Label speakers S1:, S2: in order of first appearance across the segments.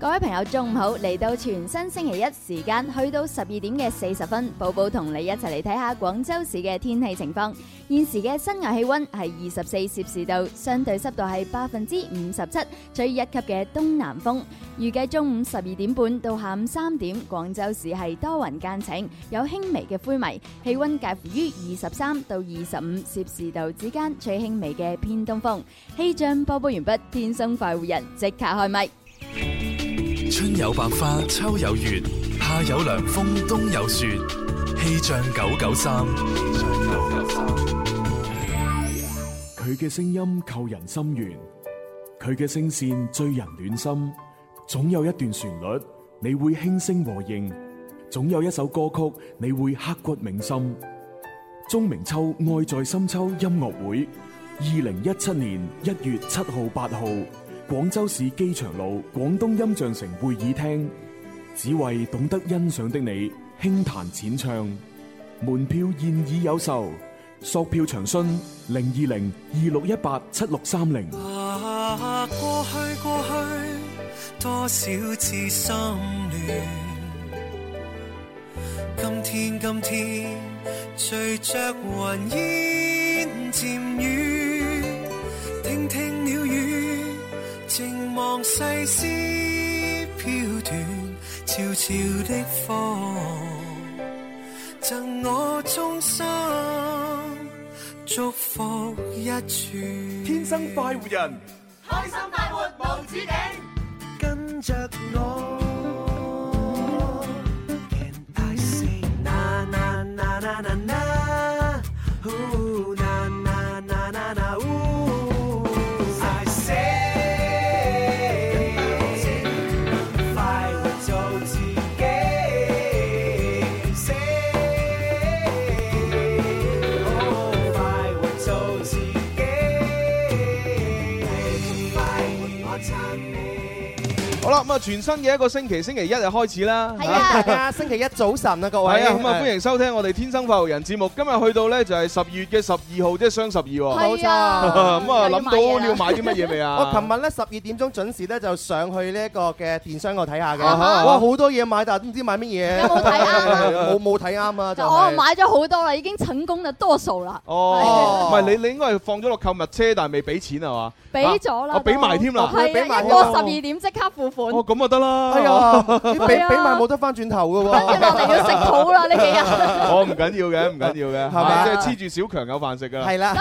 S1: 各位朋友，中午好！嚟到全新星期一時間，去到十二點嘅四十分，寶寶同你一齊嚟睇下廣州市嘅天氣情況。現時嘅室外氣温係二十四攝氏度，相對濕度係百分之五十七，吹一級嘅東南風。預計中午十二點半到下午三點，廣州市係多雲間晴，有輕微嘅灰霾，氣温介乎於二十三到二十五攝氏度之間，吹輕微嘅偏東風。氣象播報完畢，天生快活人即刻開咪。
S2: 春有百花，秋有月，夏有涼風，冬有雪。氣象九九三，
S3: 佢嘅聲音扣人心弦，佢嘅聲線醉人暖心。總有一段旋律你會輕聲和應，總有一首歌曲你會刻骨銘心。鍾明秋愛在深秋音樂會，二零一七年一月七號、八號，廣州市機場路廣東音像城會議廳，只為懂得欣賞的你輕彈淺唱。門票現已有售，索票詳詢零二零二六一八七六三零。
S4: 啊，過去過去，多少次心亂。今天今天，隨着雲煙漸遠，聽聽鳥語，靜望世事飄斷，悄悄的風，贈我衷心祝福一串。天生快活人，
S5: 開心快活無止境，
S4: 跟着我。I sing na na na na na na, ooh na na na na na ooh. I say, 快活做自己。Say, oh 快活做自己，快活我撐你。
S6: 好啦，咁啊，全新嘅一個星期，星期一就開始啦。
S7: 係啊，大家星期一早晨啊，各位。
S6: 係啊，咁啊，歡迎收聽我哋《天生快活人》節目。今日去到咧就係十二月嘅十二號，即係雙十二喎。
S7: 冇錯。哦
S6: 咁 啊，諗到你要買啲乜嘢未啊？
S7: 我琴日咧十二點鐘準時咧就上去呢一個嘅電商度睇下嘅。
S6: 啊哈
S7: 哇，好多嘢買，但係都唔知買乜嘢。有冇睇啱 冇冇睇啱啊！就係
S1: 我哦買咗好多啦，已經成功就多數啦。
S6: 哦，唔係你你應該係放咗落購物車，但係未俾錢啊係嘛？
S1: 俾咗啦，
S6: 啊我俾埋添啦，
S1: 係啊，一過十二點即刻付款。
S6: 哦，咁啊得啦。
S7: 哎 呀，
S6: 係
S7: 你
S6: 啊
S7: 俾俾埋冇得翻轉頭嘅喎。跟住
S1: 落嚟要食土啦呢幾日。
S6: 哦我唔緊要嘅，唔緊要嘅，係
S7: 咪啊
S6: 即係黐住小強有飯食㗎。
S7: 係啦。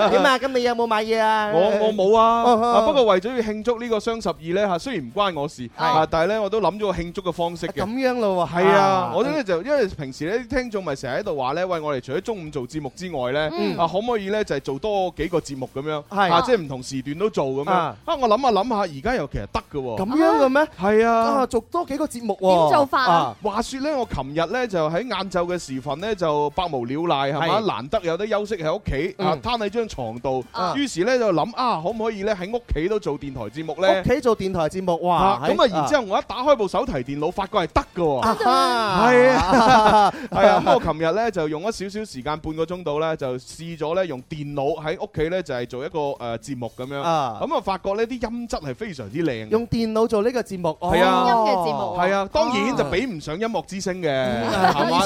S7: 點啊？咁你有冇買嘢啊？
S6: 我我冇啊，
S7: 哦哦
S6: 啊不過為咗要慶祝呢個雙十二咧嚇，雖然唔關我事，啊但係咧我都諗咗個慶祝嘅方式嘅。
S7: 咁樣咯喎。
S6: 係啊，我咧就因為平時咧啲聽眾咪成日喺度話咧，喂，我哋除咗中午做節目之外咧
S7: 嗯，
S6: 啊可唔可以咧就係做多幾個節目咁樣，
S7: 係
S6: 啊即係唔同時段都做咁樣。
S7: 啊
S6: 啊我諗下諗下，而家又其實得㗎喎。
S7: 咁樣嘅咩？
S6: 係啊
S7: 啊，做多幾個節目喎。
S6: 啊？話説咧，我琴日咧就喺晏晝嘅時分咧就百無聊賴係嘛，
S7: 係
S6: 難得有得休息喺屋企
S7: 嗯
S6: 啊，攤喺張床度
S7: 啊，
S6: 於是咧就諗啊，可唔可以咧喺屋企都做電台節目咧
S7: 屋？企做電台節目，哇！
S6: 啊咁啊，然之後我一打開部手提電腦，發覺係得嘅喎。
S7: 係啊
S6: 係啊， 係啊，咁我琴日咧就用咗少少時間，半個鐘度咧就試咗咧用電腦喺屋企咧就係做一個誒節目咁樣，
S7: 啊
S6: 咁啊發覺呢啲音質係非常之靚嘅。
S7: 用電腦做呢個節目，
S6: 係啊，
S7: 哦
S6: 係啊，當然就比唔上音樂之星嘅，
S7: 呢
S6: 係嘛？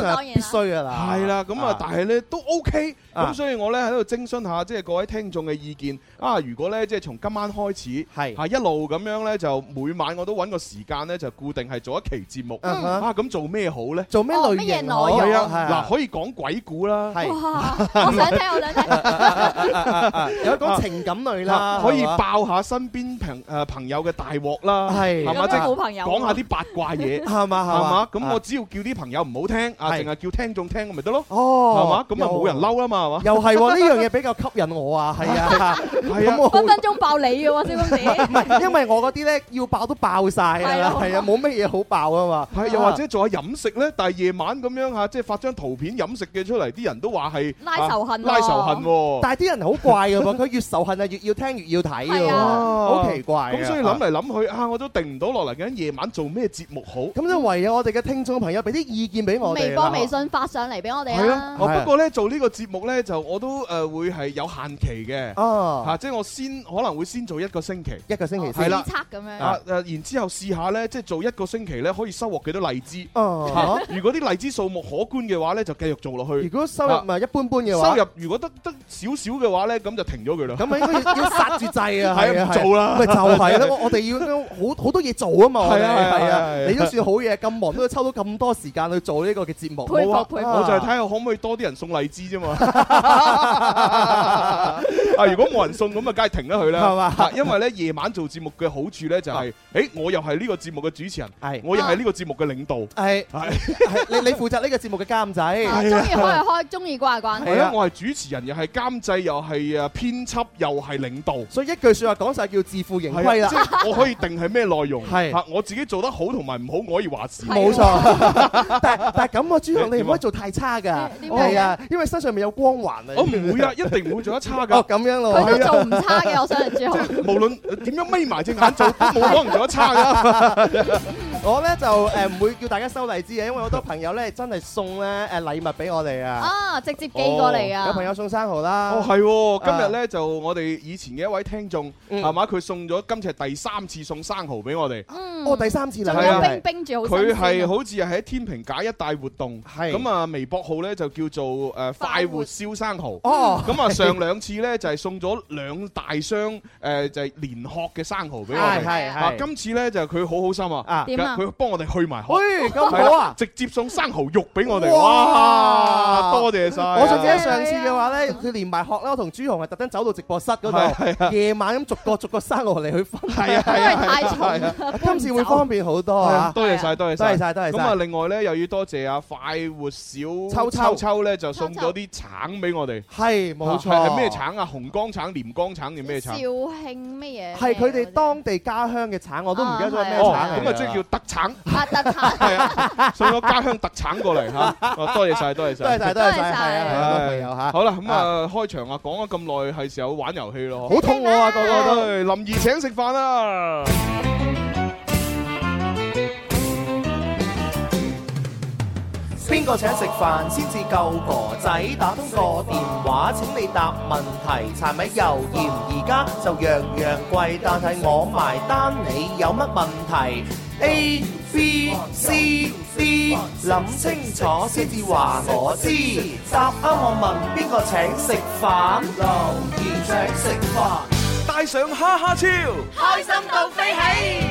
S7: 場必須噶啦，
S6: 係啦，咁啊，但係咧都 OK，
S7: 啊
S6: 咁所以我咧喺度徵詢下，即係各位聽眾嘅意見啊。如果咧即係從今晚開始，啊
S7: 係
S6: 係一路咁樣咧，就每晚我都揾個時間咧，就固定係做一期節目
S7: 嗯哼
S6: 啊。咁做 Ừ. 咩好咧？
S7: Ờ 做咩類型好
S6: 係
S7: 係
S6: 啊，
S7: 啊，
S6: 嗱，可以講鬼故啦，
S7: 係
S1: 哇！我想聽，我想
S7: 嗱， 有講情感類啦
S6: 啊，可以
S7: 係嘛
S6: 爆下身邊朋誒朋友嘅大鑊啦，
S7: 係
S6: 係嘛？
S1: 咁
S6: 即
S1: 都冇
S6: 係
S1: 朋友
S6: 講下啲八 卦嘢。
S7: 係嘛
S6: 係嘛？
S7: 係
S6: 咁我只要叫啲朋友唔好聽啊，
S7: 係
S6: 淨係叫聽眾聽咁咪得咯，係嘛
S7: 哦？
S6: 咁啊冇人，嬲啦嘛，係嘛？
S7: 又又係喎，呢樣嘢比較吸引我啊，係 啊，
S6: 係啊
S7: 咁我
S1: 嗯分分鐘爆你嘅喎，蕭公 子。
S7: 唔係，因為我嗰啲咧要爆都爆晒
S1: 係
S7: 啦
S1: 啊，
S7: 係啊，冇乜嘢好爆啊嘛，
S6: 係又或者做下飲食咧，但係夜晚咁樣嚇，即係發張圖片飲食嘅出嚟，啲人都話係
S1: 拉仇恨
S6: 啊
S1: 喎
S6: 拉仇恨喎。
S7: 但係啲人好怪嘅喎，佢越仇恨啊，越要聽越要睇嘅
S1: 係
S7: 喎，
S1: 啊
S7: 好奇奇怪啊
S6: 咁所以諗嚟諗去啊，我都定唔到落嚟，究竟夜晚做咩節目好？
S7: 咁就唯有我哋嘅聽眾朋友俾啲意見俾我哋啦。
S1: 微博、微信發上嚟俾我哋
S6: 係
S1: 啊
S6: 啊，！哦不過咧做呢個節目咧就我都誒會係有限期嘅，
S7: 啊
S6: 嚇，即係我先可能會先做一個星期。
S7: 一個星期
S1: 試
S7: 先。
S6: 係啦
S1: 測咁樣。
S6: 啊誒，然之後試下咧，即係做一個星期咧，可以收穫幾多荔枝。
S7: 啊
S6: 嚇 如果啲荔枝數目可觀嘅話咧，就繼續做落
S7: 如
S6: 去。啊
S7: 果收入咪一般般嘅話，
S6: 收入如果得得少少嘅話咧，咁就停咗佢啦。
S7: 咁咪應該 要要殺住制啊，
S6: 係啊唔做啦
S7: 咪就係咯，我我哋要好好多嘢做啊嘛，我哋
S6: 係啊係啊
S7: 係
S6: 係啊係
S7: 啊，
S6: 啊
S7: 你都算好嘢，咁忙都抽到咁多時間去做呢個嘅節目，
S1: 佩服
S6: 冇啊
S1: 佩服
S6: 我就係睇下可唔可以多啲人送荔枝啫嘛。 啊，如果冇人送咁啊，梗係停咗佢啦。
S7: 係嘛啊
S6: 啊因為咧夜晚做節目嘅好處咧就係，誒我又係呢個節目嘅主持人，
S7: 係
S6: 我又
S1: 啊
S6: 係呢個節目嘅領導，
S7: 係
S6: 係
S7: 係你你負責呢個節目嘅監
S1: 啊
S7: 製，
S1: 中意開就開，中意關就嗯關。
S6: 係啊，我係主持人，又係監製，又係誒編輯，又係領導。
S7: 所以一句説話講晒叫自負盈虧
S6: 係
S7: 啦
S6: 啊，即。係我可以定係咩內容，
S7: 係
S6: 嚇我自己做得好同埋唔好，我可以話事。
S1: 係
S7: 冇 錯，但但咁啊，朱紅你
S6: 點
S7: 唔
S6: 啊
S7: 可以做太 差㗎，
S1: 點解
S7: 係啊，因為身上面有光環啊。
S6: 我唔會啊，一定唔會做得差㗎啊
S7: 哦。咁樣
S1: 佢都
S7: 咯，
S1: 做唔差嘅，我相信朱
S6: 即
S1: 豪。
S6: 係無論呃點樣眯埋隻眼做，都冇可能做得差㗎。
S7: 我咧就誒唔會叫大家收荔枝嘅，因為好多朋友咧真係送咧誒禮物俾我哋啊。
S1: 啊，直接寄過嚟
S7: 有朋
S1: 啊！
S7: 友送生蠔啦。
S6: 哦，係喎，今日咧就我哋以前嘅一位聽眾
S7: 啊嗯
S6: 係嘛，佢送咗今次係第三次送生蠔俾我哋，
S1: 嗯
S7: 哦，第三次啦，
S1: 仲
S6: 係
S1: 有
S6: 啊
S1: 冰冰住好
S6: 佢
S1: 新鮮啊
S6: 係好似係喺天平架一帶活動，
S7: 係
S6: 咁啊微博號咧就叫做誒快活燒生蠔。
S7: 哦，
S6: 咁啊，上兩次咧就係送咗兩大箱誒就係連殼嘅生蠔俾我
S7: 係
S6: 哋，
S7: 係
S6: 啊
S7: 係
S6: 今次咧就佢好好心啊，
S7: 啊，
S1: 點啊
S6: 佢幫我哋去埋殼，
S7: 喂，咁
S6: 係
S7: 好
S6: 啦
S7: 啊！
S6: 直接送生蠔肉俾我哋，
S7: 哇
S6: 哇！多謝晒啊，
S7: 我仲記得上次嘅話咧，佢連埋學啦，我同朱紅係啊特登走到直播室嗰度，夜晚咁逐個逐個生落嚟去分。
S6: 啊係啊係
S1: 因為
S6: 啊，
S1: 太重
S6: 係啊，
S1: 啦，
S7: 今次會方便好多啊！
S6: 多謝晒，多謝
S7: 多謝
S6: 晒。
S7: 晒，多謝
S6: 咁啊，
S7: 晒。
S6: 另外咧又要多謝啊快活小
S7: 秋秋
S6: 秋秋咧就送
S1: 秋秋
S6: 咗啲橙俾我哋，
S7: 係冇錯，
S6: 係係咩？橙啊？紅光橙、廉光橙定咩
S1: 肇
S6: 橙？
S1: 慶乜嘢？
S7: 係佢哋當地家鄉嘅橙，我都唔記得咗係咩
S1: 咩橙
S7: 橙
S6: 哦，
S7: 嚟
S6: 咁
S7: 㗎
S6: 啊即係叫特橙，
S1: 啊特產。
S6: 係啊，送咗家鄉特橙 過嚟嚇，啊多謝晒，多謝
S7: 多謝
S6: 晒。
S7: 晒，多謝晒，
S1: 多謝晒
S7: 係啊，好多朋友嚇。
S6: 好啦，咁啊開場啊講咗咁耐，係時候玩遊戲咯。
S7: 好痛我啊，個個都。
S6: 唉林怡請食飯啦！
S8: 邊個請食飯先至夠哥仔？打通個電話請你答問題，柴米油鹽而家就樣樣貴，但係我埋單，你有乜問題？A B C D，諗清楚先至話我知。答啱我問邊個請食飯？留言請食飯。
S9: 带上哈哈超，
S5: 开心到飞起。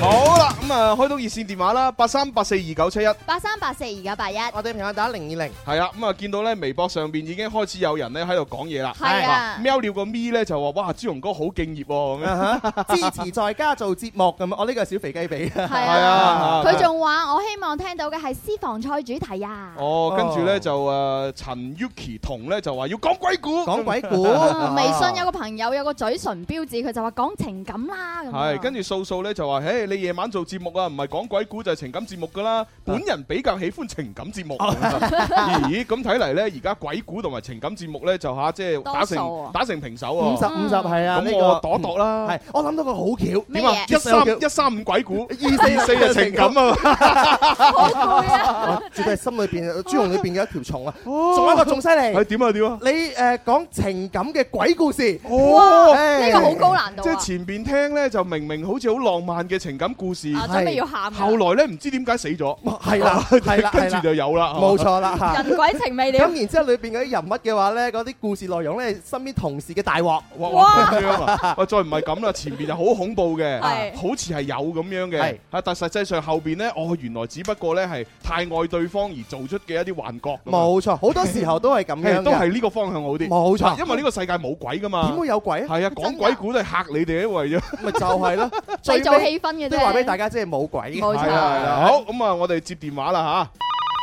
S6: 好啦，咁啊開通熱線電話啦，八三八四二九七一。
S1: 八三八四二九八一，
S7: 我哋朋友打零二零，
S6: 係啊，咁啊見到咧微博上邊已經開始有人咧喺度講嘢啦。
S1: 係啊，
S6: 喵了個咪咧就話：哇，朱紅哥好敬業喎咁樣。
S7: 啊支持在家做節目咁啊！我呢個係小肥雞髀啊！
S1: 係
S6: 係啊
S1: 啊，佢仲話我希望聽到嘅係私房菜主題啊，
S6: 哦，跟住
S7: 哦
S6: 咧就誒陳 Yuki 同咧就話要講鬼故，
S7: 講鬼 故，
S1: 啊微信有個朋友有個嘴唇標誌，佢就話講情感啦咁啊，
S6: 係跟住素素咧就話：，誒你夜晚做節目啊，唔係講鬼故就係情感節目噶啦。本人比較喜歡情感節目。 咦，咁睇嚟咧，而家鬼故同埋情感節目咧就嚇即係打
S1: 多數啊
S6: 成打成平手
S7: 五十
S6: 喎。
S7: 五十係啊，呢
S6: 咁我
S7: 個
S6: 度一度啦。
S7: 係我諗到個好橋，
S1: 咩
S6: 啊
S1: 嘢
S6: 一三一三五鬼故，
S7: 二
S6: 四係情感啊。
S1: 好攰啊，
S7: 啊，絕對係心裏邊朱紅裏邊嘅一條蟲啊！仲有一個仲犀利
S6: 哦係，點啊點啊！
S7: 你誒講情感嘅鬼故事，哎
S6: 哦
S7: 唉
S1: 呢個好高難度
S6: 即
S1: 啊
S6: 係，前邊聽咧就明明好似好浪漫嘅情感故事，
S1: 啊準備要喊啊，
S6: 後來咧唔知點解死咗，
S7: 係 啦，係啦，
S6: 跟
S7: 係
S6: 住
S7: 啦，
S6: 就有啦，哦
S7: 冇錯 啦嚇。
S1: 人鬼情未了
S7: 咁，然之後裏邊嗰啲人物嘅話咧，嗰啲故事內容咧，身邊同事嘅大鑊，
S6: 哇
S1: 哇
S6: 哇咁樣啊！喂，再唔係咁啦，前邊就好恐怖嘅，
S1: 係
S6: 好似係有咁樣
S7: 係
S6: 嘅，啊，但實際上後邊咧，哦，原來只不過咧係太愛對方而做出嘅一啲幻覺，
S7: 冇錯，好多時候都係咁
S6: 係，
S7: 樣
S6: 都
S7: 嘅，
S6: 係呢個方向好啲，
S7: 冇錯
S6: 啊因為呢個世界冇鬼噶
S7: 點
S6: 嘛，
S7: 會有鬼啊？
S6: 係啊，講鬼故都係嚇你哋嘅為咗，
S7: 咪就係 咯，
S1: 製
S7: 最
S1: 造
S7: 尾
S1: 氣氛嘅
S7: 都
S1: 啫，
S7: 話俾大家知係冇鬼嘅。
S1: 冇
S6: 係啦係
S1: 錯，
S6: 啦，好咁啊，我哋接電話啦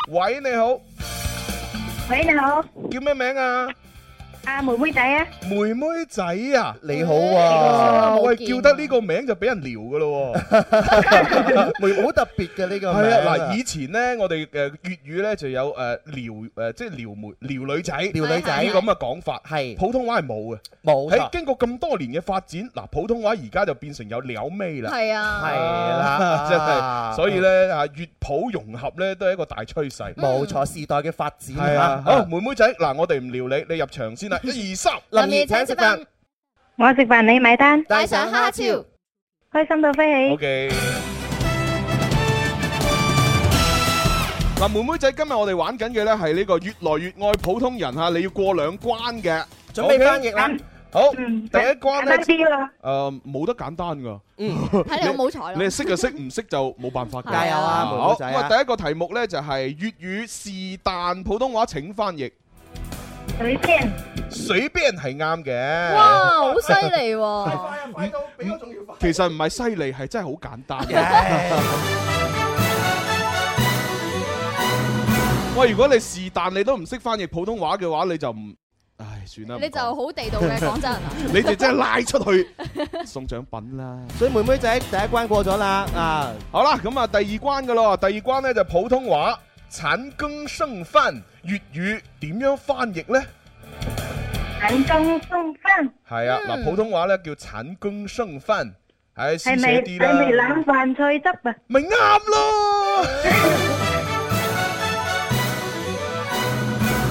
S6: 吓，喂，你好，
S10: 喂，你好，
S6: 叫咩名啊？
S10: 啊妹妹仔啊，
S6: 妹妹仔啊，
S8: 你
S10: 好啊
S6: 喂，
S10: 好見
S6: 叫得呢個名就俾人撩噶咯喎。
S8: 梅好特別嘅呢個名
S6: 係啊，嗱，以前咧我哋誒粵語咧就有呃誒撩誒，即係撩妹撩女仔，
S8: 撩女仔
S6: 呢個咁嘅講法，
S8: 係
S6: 普通話係冇嘅，
S8: 冇錯
S6: 喺經過咁多年嘅發展，嗱，普通話而家就變成有撩妹啦，
S11: 係啊
S8: 係啊啦
S6: 真係，所以咧啊，粵普融合咧都係一個大趨勢，
S8: 冇錯，時代嘅發展
S6: 係啊，
S8: 嚇
S6: 好妹妹仔，嗱，我哋唔撩你，你入場先啦，一二三，
S10: 林怡請食飯，我食飯你買單，
S6: 帶上蝦條，
S10: 開心到飛起。
S6: OK。嗱，妹妹仔，今日我哋玩緊嘅呢係呢個越來越愛普通人吓，你要過兩關嘅，
S8: 準備翻譯啦
S6: OK？好，第一關
S10: 簡單啲
S6: 呢，
S10: 啦
S6: 誒冇得簡單㗎。
S1: 睇你有冇才
S6: 你
S1: 啦
S6: 係。識就識，唔識就冇辦法㗎。
S8: 加油啊妹妹
S6: 好
S8: 仔啊
S6: 咁啊，第一個題目呢就係粵語是但普通話請翻譯，
S10: 水邊
S6: 水邊係啱嘅。
S1: 哇，好犀 利喎！
S8: 快到比我仲要快。
S6: 其實唔係犀利，係真係好簡單 喂，如果你是但你都唔識翻譯普通話嘅話，你就唔，唉，算啦。唔
S1: 你就
S6: 講
S1: 好地道 嘅廣州人啊！
S6: 你哋真係拉出去送獎品啦。
S7: 所以妹妹仔第一關過咗啦，啊，
S6: 好啦，咁啊第二關噶咯，第二關呢就普通話產更生翻粵語點樣翻譯呢？
S10: 眼中中分，
S6: 係啊，嗱、普通話呢叫產更生翻，唉，
S10: 係
S6: 試
S10: 咪
S6: 寫啲
S10: 係咪
S6: 啦，
S10: 冷飯菜汁啊？
S6: 咪啱咯。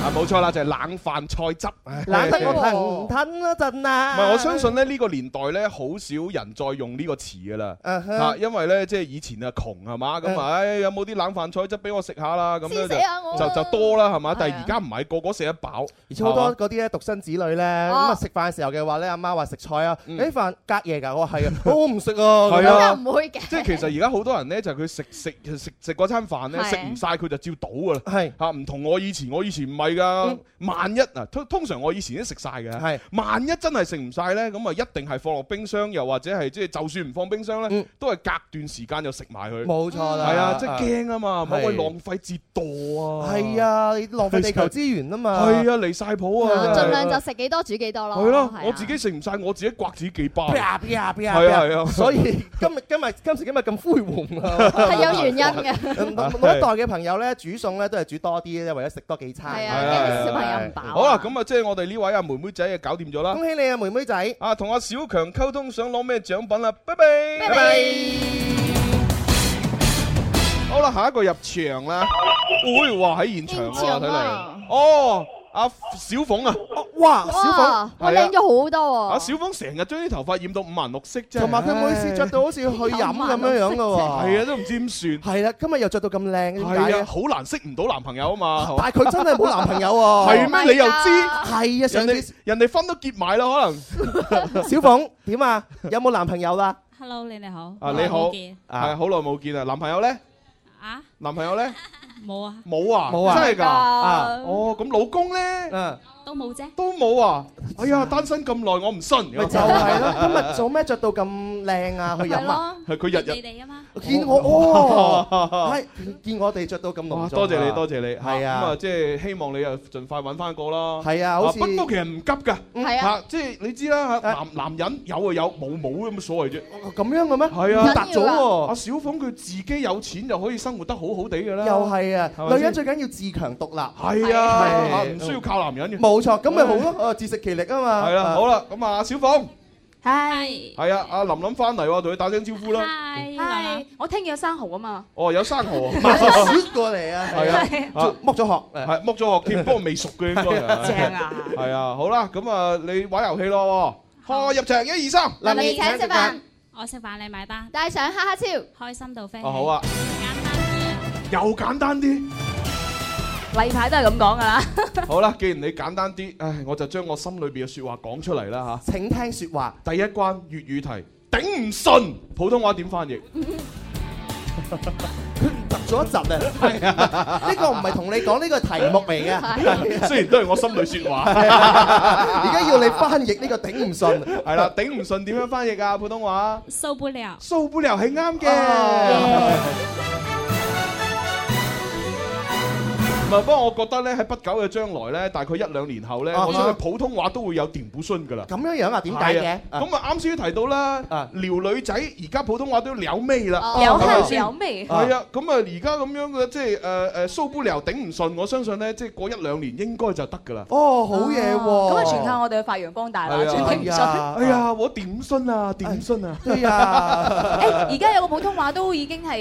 S6: 啊，冇錯啦，就係、冷飯菜汁。唉
S7: 懶得我騰騰嗰陣
S6: 啊
S7: 啊，
S6: 唔係，我相信咧呢個年代咧，好少人再用呢個詞噶啦。
S7: 啊哈
S6: 啊，因為咧即係以前啊窮係嘛，咁啊，唉有冇啲冷飯菜汁俾我食下啦？咁樣
S1: 試死下我啊
S6: 就就就多啦係嘛。但
S1: 係
S6: 係
S1: 啊
S6: 而家唔係個個食得飽，
S7: 而且好
S6: 啊
S7: 多嗰啲咧獨生子女咧，咁
S1: 哦
S7: 啊食飯嘅時候嘅話咧，阿媽話食菜啊，誒飯隔夜㗎，我話 係啊，我唔食啊，
S6: 嗯
S1: 咁
S7: 咁樣
S6: 係嘛係
S1: 又
S6: 啊。
S1: 唔會嘅，
S6: 即係其實而家好多人咧，就係佢食食食食嗰餐飯咧，
S1: 係
S6: 食唔晒佢就照倒噶啦。
S7: 啊係嗯
S6: 嚇唔同我以前，我以前唔係㗎。萬一啊，通通常我以前都食晒嘅。
S7: 係
S6: 萬一真係食唔晒咧，咁啊一定係放落冰箱，又或者係即係就算唔放冰箱咧
S7: 嗯，
S6: 都係隔段時間就食埋佢。
S7: 冇錯啦，
S6: 係啊，即係驚啊嘛，唔可以
S7: 係
S6: 浪費折墮啊。
S7: 係，啊，你浪費地球資源啊嘛，
S6: 係啊，離晒譜啊，
S1: 盡
S6: 真係
S1: 量就食幾多煮幾多咯。
S6: 係咯
S1: 啊，
S6: 我自己食唔晒，我自己刮自己幾包。
S7: 啪啪啪
S6: 係啊係啊
S7: 啪，所以今日今日今時今日咁灰黃 啊！
S1: 係有原因嘅，
S7: 嗯 老老一代嘅朋友咧，煮餸咧都係煮多啲咧，為咗食多幾餐。
S1: 係
S6: 係啊
S1: 啊，驚小朋友唔飽啊。
S6: 好啦，咁啊，即係我哋呢位啊妹妹仔啊搞掂咗啦。
S7: 恭喜你啊，妹妹仔！
S6: 啊，同阿小強溝通想攞咩獎品啦，啊拜拜。
S1: 拜拜。
S6: 好啦，下一個入場啦。會哇喺現場
S1: 啊現
S6: 啊，
S1: 場
S6: 睇
S1: 啊
S6: 嚟。哦，阿小鳳啊，
S7: 哇，小
S1: 哇
S7: 鳳，
S1: 我
S6: 係
S1: 靚
S6: 啊
S1: 咗好多
S6: 阿
S1: 喎。
S6: 小鳳成日將啲頭髮染到五顏六色啫。
S7: 同埋佢每次着到好似去飲咁樣樣嘅喎。
S6: 係啊，都唔知點算。
S7: 係啦，今日又着到咁靚，點解
S6: 係啊，
S7: 嘅？
S6: 好難識唔到男朋友啊嘛。係嘛
S7: 但係佢真係冇男朋友喎。
S6: 係咩？你又知？
S7: 係啊，上
S6: 人
S7: 次
S6: 哋人哋分都結埋啦，可能。
S7: 小鳳點啊？有冇男朋友啦？
S12: Hello，你哋好。
S6: 啊，你好，
S12: 見
S6: 係好耐冇見啊！男朋友咧，
S12: 啊，Oh
S6: 男朋友咧，
S12: 冇啊，
S6: 冇啊，
S7: 冇啊
S6: 真係㗎。
S7: 啊
S6: 哦，咁老公咧
S7: 嗯，
S12: 都冇啫。
S6: 都冇啊！哎呀，單身咁耐，我唔信。
S7: 咪就係咯。今日做咩着到咁靚啊？去飲啊？
S12: 咯，
S6: 係佢日
S12: 你
S6: 日。
S12: 哋啊嘛。
S7: 見我 哦，係見我哋着到咁
S6: 哇！
S7: 隆重啊。
S6: 多謝你，多謝你。嚇
S7: 係啊
S6: 咁啊，即係希望你又盡快揾翻個啦。
S7: 係啊好似
S6: 不過其實唔急㗎。
S1: 係啊，
S6: 嚇，即係你知啦，嚇男男人有就有，冇冇有乜所謂啫。
S7: 咁樣嘅咩？
S6: 係啊
S7: 要達咗喎
S6: 阿。小鳳佢自己有錢就可以生活得好好地㗎啦。
S7: 又係啊
S6: 係咪，先
S7: 女人最緊要自強獨立，
S6: 係啊，
S7: 係
S6: 嚇唔需要靠男人嘅。
S7: 冇錯，咁咪好咯，啊自食其力啊嘛。
S6: 係啦，好啦，咁啊，小鳳，
S12: 係。
S6: 係啊，阿琳琳翻嚟喎，同佢打聲招呼啦。
S12: 係。
S11: 係，我聽日生蠔啊嘛，
S6: 哦，有生蠔啊，
S7: 啦，過嚟啊，
S6: 係啊，啊
S7: 剝咗殼，
S6: 係剝咗殼添，不過未熟嘅應該。
S11: 正啊！
S6: 係啊，好啦，咁啊，你玩遊戲咯喎，開入場一二三。
S1: 林怡請食飯，
S12: 我食飯你埋單，
S1: 帶上哈哈超。
S12: 開心到飛。
S6: 哦，好。啊，
S12: 簡單啲
S6: 又簡單啲。
S11: 例牌都係咁講噶啦，
S6: 好啦，既然你簡單啲，唉，我就將我心裏邊嘅説話講出嚟啦
S7: 請聽説話，
S6: 嚇。第一關粵語題，頂唔順，普通話點 翻譯？
S7: 窒咗一窒啊！呢個唔係同你講呢個題目嚟嘅，
S6: 雖然都係我心裏説話。
S7: 而家要你翻譯呢個頂唔順。
S6: 係啦，頂唔順點樣翻譯啊？普通話
S12: 啊，受不了。
S6: 蘇不了係啱嘅。
S7: 哦
S6: 咁係，不過我覺得咧喺不久嘅將來咧，大概一兩年後咧，
S7: 啊
S6: 我相信普通話都會有電本信噶啦。
S7: 咁樣樣啊點解嘅
S6: 係啊
S7: 啊
S6: 咁啊啱先提到啦，撩女仔而家普通話都撩妹啦，
S11: 撩
S6: 係咪
S11: 恨
S6: 先
S11: 撩妹
S6: 係啊，咁啊而家咁樣嘅即係誒誒蘇不撩頂唔順，我相信咧即係過一兩年應該就得噶啦。
S7: 哦，好嘢喎！
S11: 咁啊，全靠我哋去發揚光大啦，
S6: 係啊
S11: 絕對唔信。
S6: 係啊哎呀，我點信啊？點信啊？
S7: 哎 呀！
S11: 而家有個普通話都已經係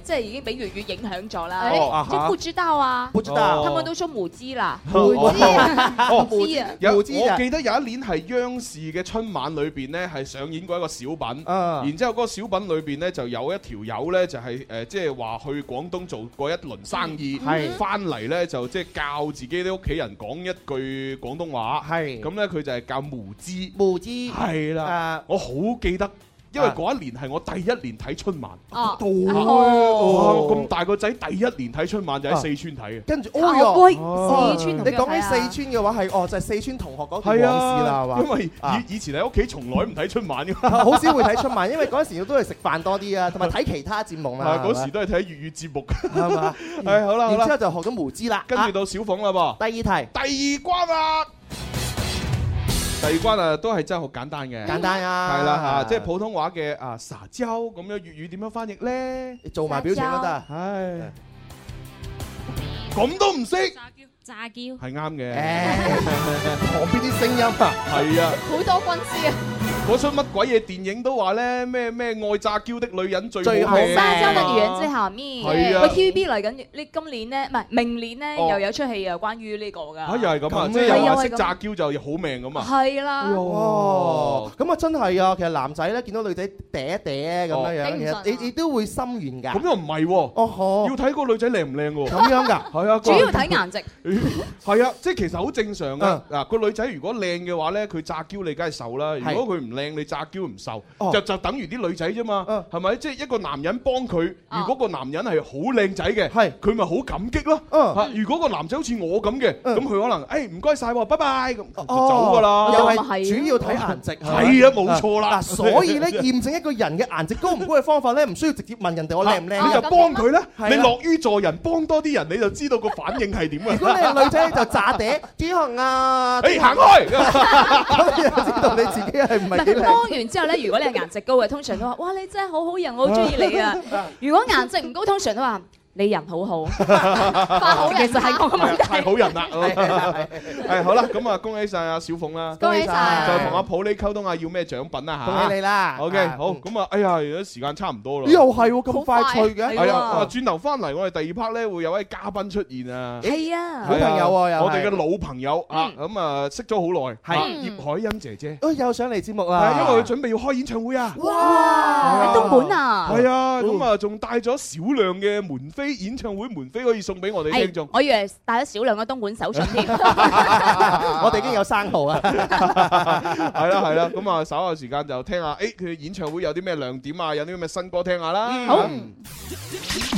S11: 誒，即係已經俾粵語影響咗啦。
S6: 哦啊
S11: 即
S6: 哈
S11: 不知道啊，
S6: 不知道
S11: 他們都說母雞啦，
S6: 哦哦
S11: 母雞啊，
S6: 有我
S11: 母雞啊
S6: 記得有一年係央視嘅春晚裏邊咧，係上演過一個小品，然之後嗰個小品裏邊咧就有一條友咧就係誒即係話去廣東做過一輪生意
S7: 係，
S6: 翻嚟咧就即係教自己啲屋企人講一句廣東話，係咁咧佢就係教無知，
S7: 無知係
S6: 係啦，我好記得。因為嗰一年係我第一年睇春晚，
S7: Ờ,
S11: 哦
S6: Ờ, 哇咁大個仔第一年睇春晚就喺
S7: 啊
S6: 四川睇嘅，
S7: 跟住，
S6: 哦
S7: 哎呀，
S6: 喂
S7: 哦
S6: 四川同
S7: 你
S6: 邊
S7: 講
S6: 個
S7: 起
S6: 睇啊
S7: 四川嘅話係，
S6: Ờ, dạ,
S7: 哦，就係四川同學嗰段往
S6: 係
S7: 事啦，係
S6: 啊，
S7: 嘛？
S6: 因 為以以前喺屋企從來唔睇春晚嘅，
S7: 好少會睇春晚，因為嗰陣時都係食飯多啲啊，同埋睇其他節目啦
S6: 啊。
S7: 係咪
S6: 嗰時都係睇粵語節目，
S7: 係 嘛？
S6: 係好啦，好啦
S7: 然之後就學咗無知啦。
S6: 跟住到小鳳啦噃。
S7: 第二題，
S6: 第二關啊！第二關啊，都係真係好簡單嘅，
S7: 簡單啊
S6: 係啦嚇，即係普通話嘅啊撒嬌咁樣，粵語點樣 翻譯咧？
S7: 你做埋表情都得
S6: 撒嬌唉，咁都唔識，
S12: 炸嬌。
S6: 係啱嘅。
S7: 旁邊啲聲音啊，
S6: 係啊。
S11: 好多軍師啊，
S6: 嗰出乜鬼嘢電影都話咧咩咩愛詐嬌的女人最
S7: 最
S6: 好
S7: 好
S6: 命
S11: 沙洲的女人最下面。
S6: 係啊
S11: 喂，TVB 嚟緊，你今年咧，唔係明年咧，
S6: 哦
S11: 又有出戲又關於呢個㗎。
S6: 嚇又係咁啊！
S7: 咁
S6: 即係又話識
S11: 係啊
S6: 詐嬌就好命咁啊！
S11: 係啦。
S7: 哦，咁啊真係啊，其實男仔咧見到女仔嗲嗲咁
S6: 哦
S7: 樣
S11: 頂唔順啊
S7: 樣，其實你你都會心軟㗎。
S6: 咁又唔係喎，
S7: 哦呵，
S6: 要睇個女仔靚唔靚喎。
S7: 咁樣㗎，
S6: 係啊，
S11: 主要睇顏值。
S6: 係啊，即係其實好正常啊。嗱，個女仔如果靚嘅話咧，佢詐嬌你梗係受啦；
S7: 係
S6: 如果佢唔靚，你詐嬌唔受，
S7: 哦
S6: 就就等於啲女仔啫嘛。係咪？即係一個男人幫佢，如果個男人係好靚仔嘅，佢咪好感激咯。啊如果個男仔好似我咁嘅，咁佢可能誒唔該晒喎，拜拜咁就走㗎啦。
S7: 又係主要睇顏值。
S6: 係啊，冇錯啦。
S7: 嗱，所以 咧驗證一個人嘅顏值高唔高嘅方法咧，唔需要直接問
S6: 啊
S7: 人哋我靚唔靚，
S6: 你就幫佢啦，
S7: 係啊
S6: 你樂於助人，幫多啲人，你就知道個反應係點啊！
S7: 如果你係女仔就 炸嗲，子恒啊，
S6: 誒行開
S7: 咁你就知道你自己係 唔
S11: 唔
S7: 係幾
S11: 係幫
S7: 靚。
S11: 完之後咧，如果你係顏值高嘅，通常都話：哇，你真係好好人，我好中意你 啊！如果顏值唔高，通常都話你人好 好，化好人啊就係我嘅問題。
S6: 啊太好人啦！係好啦，咁啊，恭喜晒阿小鳳啦，
S11: 恭喜晒
S6: 就同阿普利溝通下啊要咩獎品啦嚇，
S7: 恭喜你啦
S6: OK，好，咁啊，哎呀，而家時間差唔多啦，
S7: 咦又係喎，咁快脆嘅，
S6: 係啊，啊轉頭翻嚟，我哋第二 part 咧會有位嘉賓出現啊。
S11: 係啊，
S7: 好朋友啊又係
S6: 我哋嘅老朋友啊，咁啊識咗好耐，
S7: 係
S6: 啊葉海欣姐姐，
S7: 哎又上嚟節目啦，
S6: 係因為佢準備要開演唱會啊。
S11: 哇！喺東莞啊，
S6: 係啊，咁啊仲帶咗少量嘅門飛，演唱會門飛可以送俾我哋聽眾
S11: 哎。我以為帶咗少量嘅東莞手信添。
S7: 我哋已經有 生號啊，
S6: 係啦係啦，咁啊稍後時間就聽下，誒佢演唱會有啲咩亮點啊，有啲咩新歌聽下啦。
S5: 好
S6: 嗯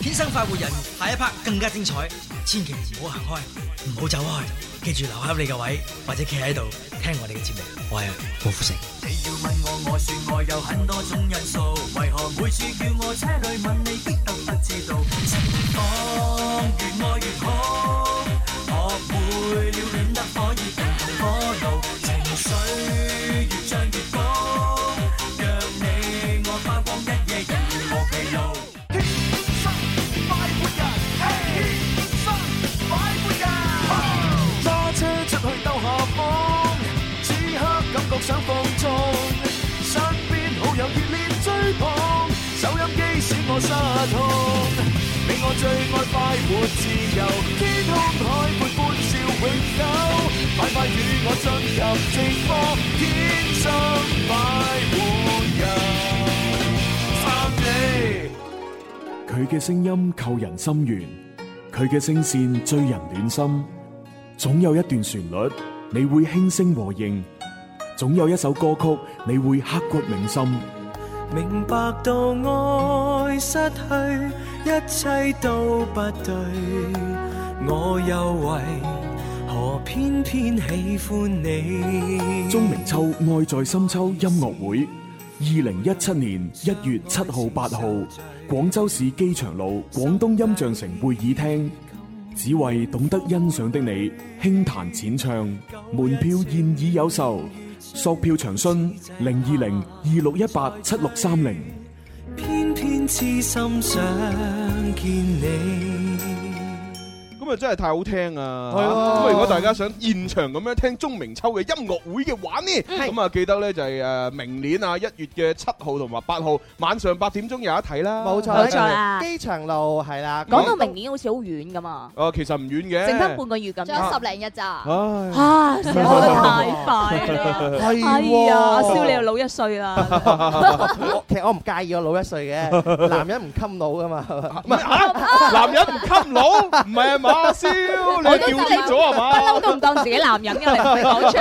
S13: 天生快活人，下一 part 更加精彩，千祈唔好行開，唔好走開，記住留喺你嘅位，或者企喺度聽我哋嘅節目。我係郭富城。
S14: 你要問我，我說我有很多種因素，為何每次叫我車裏問你，激得不知道？情況越愛越好，學會了戀得可以平衡火怒，情緒越漲越高，讓你我花光一夜，人如無疲勞。
S5: 揸車出去兜下風，此刻感覺想放縱，身邊好友熱烈追捧，收音機使我失控。你我最愛快活自由，天空海闊歡笑永久，快快與我進入直播，天生快活人，翻你。
S3: 佢嘅聲音扣人心弦，佢嘅聲線醉人暖心。總有一段旋律你會輕聲和應，總有一首歌曲你會刻骨銘心。
S14: 明白到愛失去，一切都不對，我又為何偏偏喜歡你？
S3: 鍾明秋愛在深秋音樂會，二零一七年一月七號、八號，廣州市機場路廣東音像城會議廳，只為懂得欣賞的你，輕彈淺唱，門票現已有售，索票詳詢零二零二六一八七六三零。
S4: 偏偏痴心想見你。
S6: 咁啊真係太好聽啊！
S4: 係啊
S6: 咁如果大家想現場咁樣聽鐘明秋嘅音樂會嘅話呢，咁啊記得呢就係誒明年啊一月嘅七號同埋八號晚上八點鐘有得睇啦。
S7: 冇錯，
S11: 冇錯啦
S7: 機場路係啦，
S11: 講到明年好似好遠咁啊，
S6: 啊，其實唔遠嘅，
S11: 剩翻半個月咁。
S1: 仲有十零日咋？
S6: 唉
S11: 啊，死得太快啦！
S7: 係喎
S11: 哎呀，阿蕭你又老一歲啦。
S7: 我 其實我唔介意我老一歲嘅，男人唔襟老噶嘛。唔
S6: 係男人唔襟老，唔係啊嘛，阿蕭你
S11: 我都知
S6: 調
S11: 你
S6: 轉咗啊係嘛？
S11: 不嬲都唔當自己男人嘅，你唔係講出嚟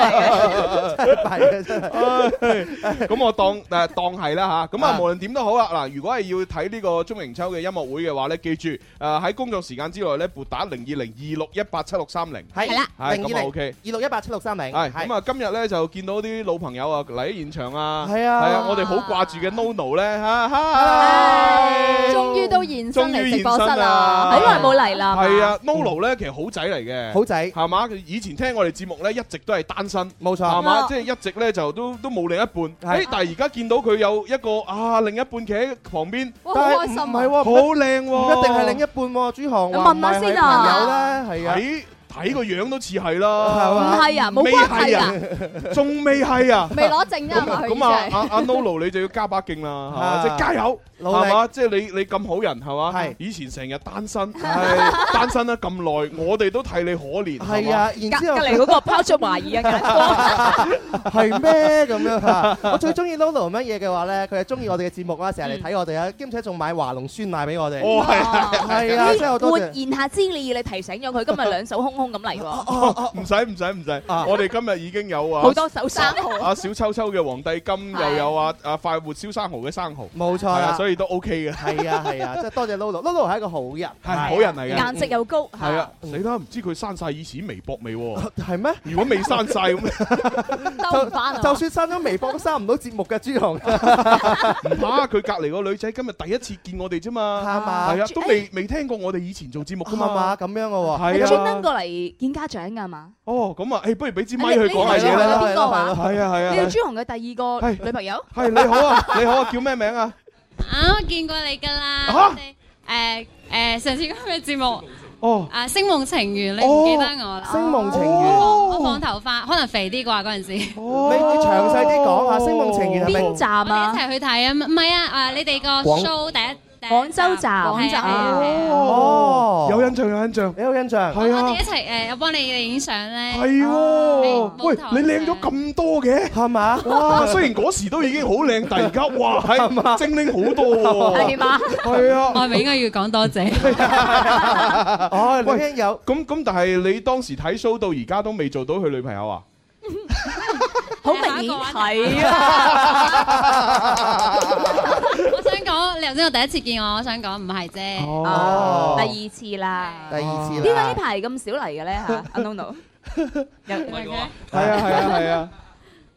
S11: 嘅。
S6: 咁我當誒當係啦嚇，咁啊
S7: 啊
S6: 無論點都好啦，嗱，如果係要睇呢個鐘明秋嘅音樂會嘅話咧，記住誒喺工作時間之內咧撥打零二零二六一八七六三零，
S7: 係啦，
S6: 係
S7: 零
S6: 咁
S7: 二
S6: 啊
S7: 零
S6: OK
S7: 二。六一八七六三零，
S6: 係咁啊！今日咧就見到啲老朋友啊嚟喺現場啊，
S7: 係啊
S6: 係啊！我哋好掛住嘅 Nono 咧嚇
S1: 終於都現身
S6: 終於
S1: 嚟
S6: 現
S1: 直播室
S6: 身
S1: 啦
S6: 啦，，
S1: 好耐冇嚟啦。
S6: 係啊，Nolo 咧其實好仔嚟嘅，
S7: 好仔
S6: 係嘛？佢以前聽我哋節目咧，一直都係單身，
S7: 冇錯，
S6: 係嘛？
S1: 哦
S6: 即係一直咧就都都冇另一半。誒，但係而家見到佢有一個啊另一半企喺旁邊，
S1: 哇
S7: 但係
S1: 好開心啊
S7: 唔係喎，
S6: 好靚
S7: 唔
S6: 喎，
S7: 一定係另一半喎，朱航話
S1: 問下先
S7: 啊朋友咧，係啊，
S6: 睇睇個樣都似係
S7: 係
S6: 啦
S7: 嘛，
S1: 唔係啊冇
S6: 未
S1: 關係
S6: 係啊，仲未係啊，
S1: 未攞證啫
S6: 咁
S1: 嘛，
S6: 啊
S1: 佢
S6: 咁啊
S1: 真，
S6: 阿
S1: 係。
S6: 阿 Nolo 你就要加把勁啦，係嘛？
S7: 啊
S6: 即係加油，
S7: 努力
S6: 係嘛？即係你你咁好人係嘛
S7: 係？
S6: 以前成日單身，係單身得咁耐，我哋都替你可憐。
S7: 係啊，
S6: 係嘛
S7: 然之後
S11: 隔離嗰個拋出懷疑嘅眼光，
S7: 係 咩咁樣啊？我最中意 Lolo 乜嘢嘅話咧，佢係中意我哋嘅節目啦，成日嚟睇我哋啊，兼且仲買華龍酸奶俾我哋。
S6: 哦係啊
S7: 係啊，真係好多
S11: 活
S7: 謝。
S11: 言下之意，你提醒咗佢，今日兩手空空咁嚟喎，
S6: 哦唔使唔使唔使，我哋今日已經有啊，
S11: 好多手三號。
S6: 阿小秋秋嘅皇帝金，
S11: 係
S6: 又有啊啊快活燒生蠔嘅生蠔，
S7: 冇錯
S6: 係啊，
S7: 啦，
S6: 所以都 OK 嘅，
S7: 係啊係啊，即係多謝 Lolo。Lolo 係一個好人，
S6: 係好人嚟嘅，
S11: 顏值又高，
S6: 係啊，死啦，唔知佢刪晒以前微博未喎？
S7: 係咩？
S6: 如果未刪晒咁，
S11: 兜唔翻啊！
S7: 就算刪咗微博都刪唔到節目嘅朱紅，
S6: 唔怕，佢隔離個女仔今日第一次見我哋啫嘛，
S7: 係嘛
S6: 係啊，都未未聽過我哋以前做節目噶
S7: 係嘛
S6: 嘛，
S7: 咁樣嘅喎。
S11: 你
S6: 係
S11: 專登
S6: 啊，
S11: 過嚟見家長㗎嘛？
S6: 哦，咁啊，誒，不如俾支
S11: 你
S6: 咪佢講下嘢
S11: 你
S6: 啦，
S11: 邊個話？
S6: 係啊係
S11: 你係
S6: 啊
S11: 朱，紅嘅第二個女朋友？
S6: 係你好啊， 你好啊，叫咩名啊？
S12: 啊，我見過你噶啦，
S6: 啊
S12: 我哋誒誒上次嗰個節目
S6: 哦。
S12: 啊《星夢情緣》，你唔記得我啦？
S7: 星夢情緣，
S12: 我放頭髮，可能肥啲啩嗰陣時，
S7: 你你詳細啲講下星夢情緣係咪？
S11: 邊站
S12: 我哋
S11: 啊
S12: 一？齊去睇啊！唔係啊，啊你哋個
S7: 廣
S12: show 第一第一
S11: 廣州
S12: 係
S11: 站，
S12: 啊係啊係啊
S7: 哦，
S6: 有印象有印象，
S7: 你有印象？
S6: 係
S12: 我哋
S6: 啊
S12: 一，齊誒，我幫你哋影相咧。
S6: 係
S12: 你
S6: 喎，
S12: 冇
S6: 喂
S12: 頭，
S6: 你靚咗咁多嘅，
S7: 係嘛？
S6: 哇！雖然嗰時都已經好靚，但而家哇， 係精靈好多
S11: 係
S6: 喎，
S11: 嘛？
S6: 係
S12: 我
S6: 啊。
S12: 係咪應該要講多謝？
S7: 哦，你聽有
S6: 咁咁，但係你當時睇 show 到而家都未做到佢女朋友啊？
S11: 好明顯 係啊！
S12: 我想講，你頭先我第一次見我，我想講唔係啫。
S11: 哦，第二次啦。
S7: 第
S12: Ờ.
S7: 二
S6: 哦
S7: 次
S11: 點解呢
S7: 啦。
S12: 啊
S11: 排咁少嚟嘅咧嚇？阿 Nono 有
S12: 係
S11: 呢
S12: 嘅
S6: 係啊係啊係啊！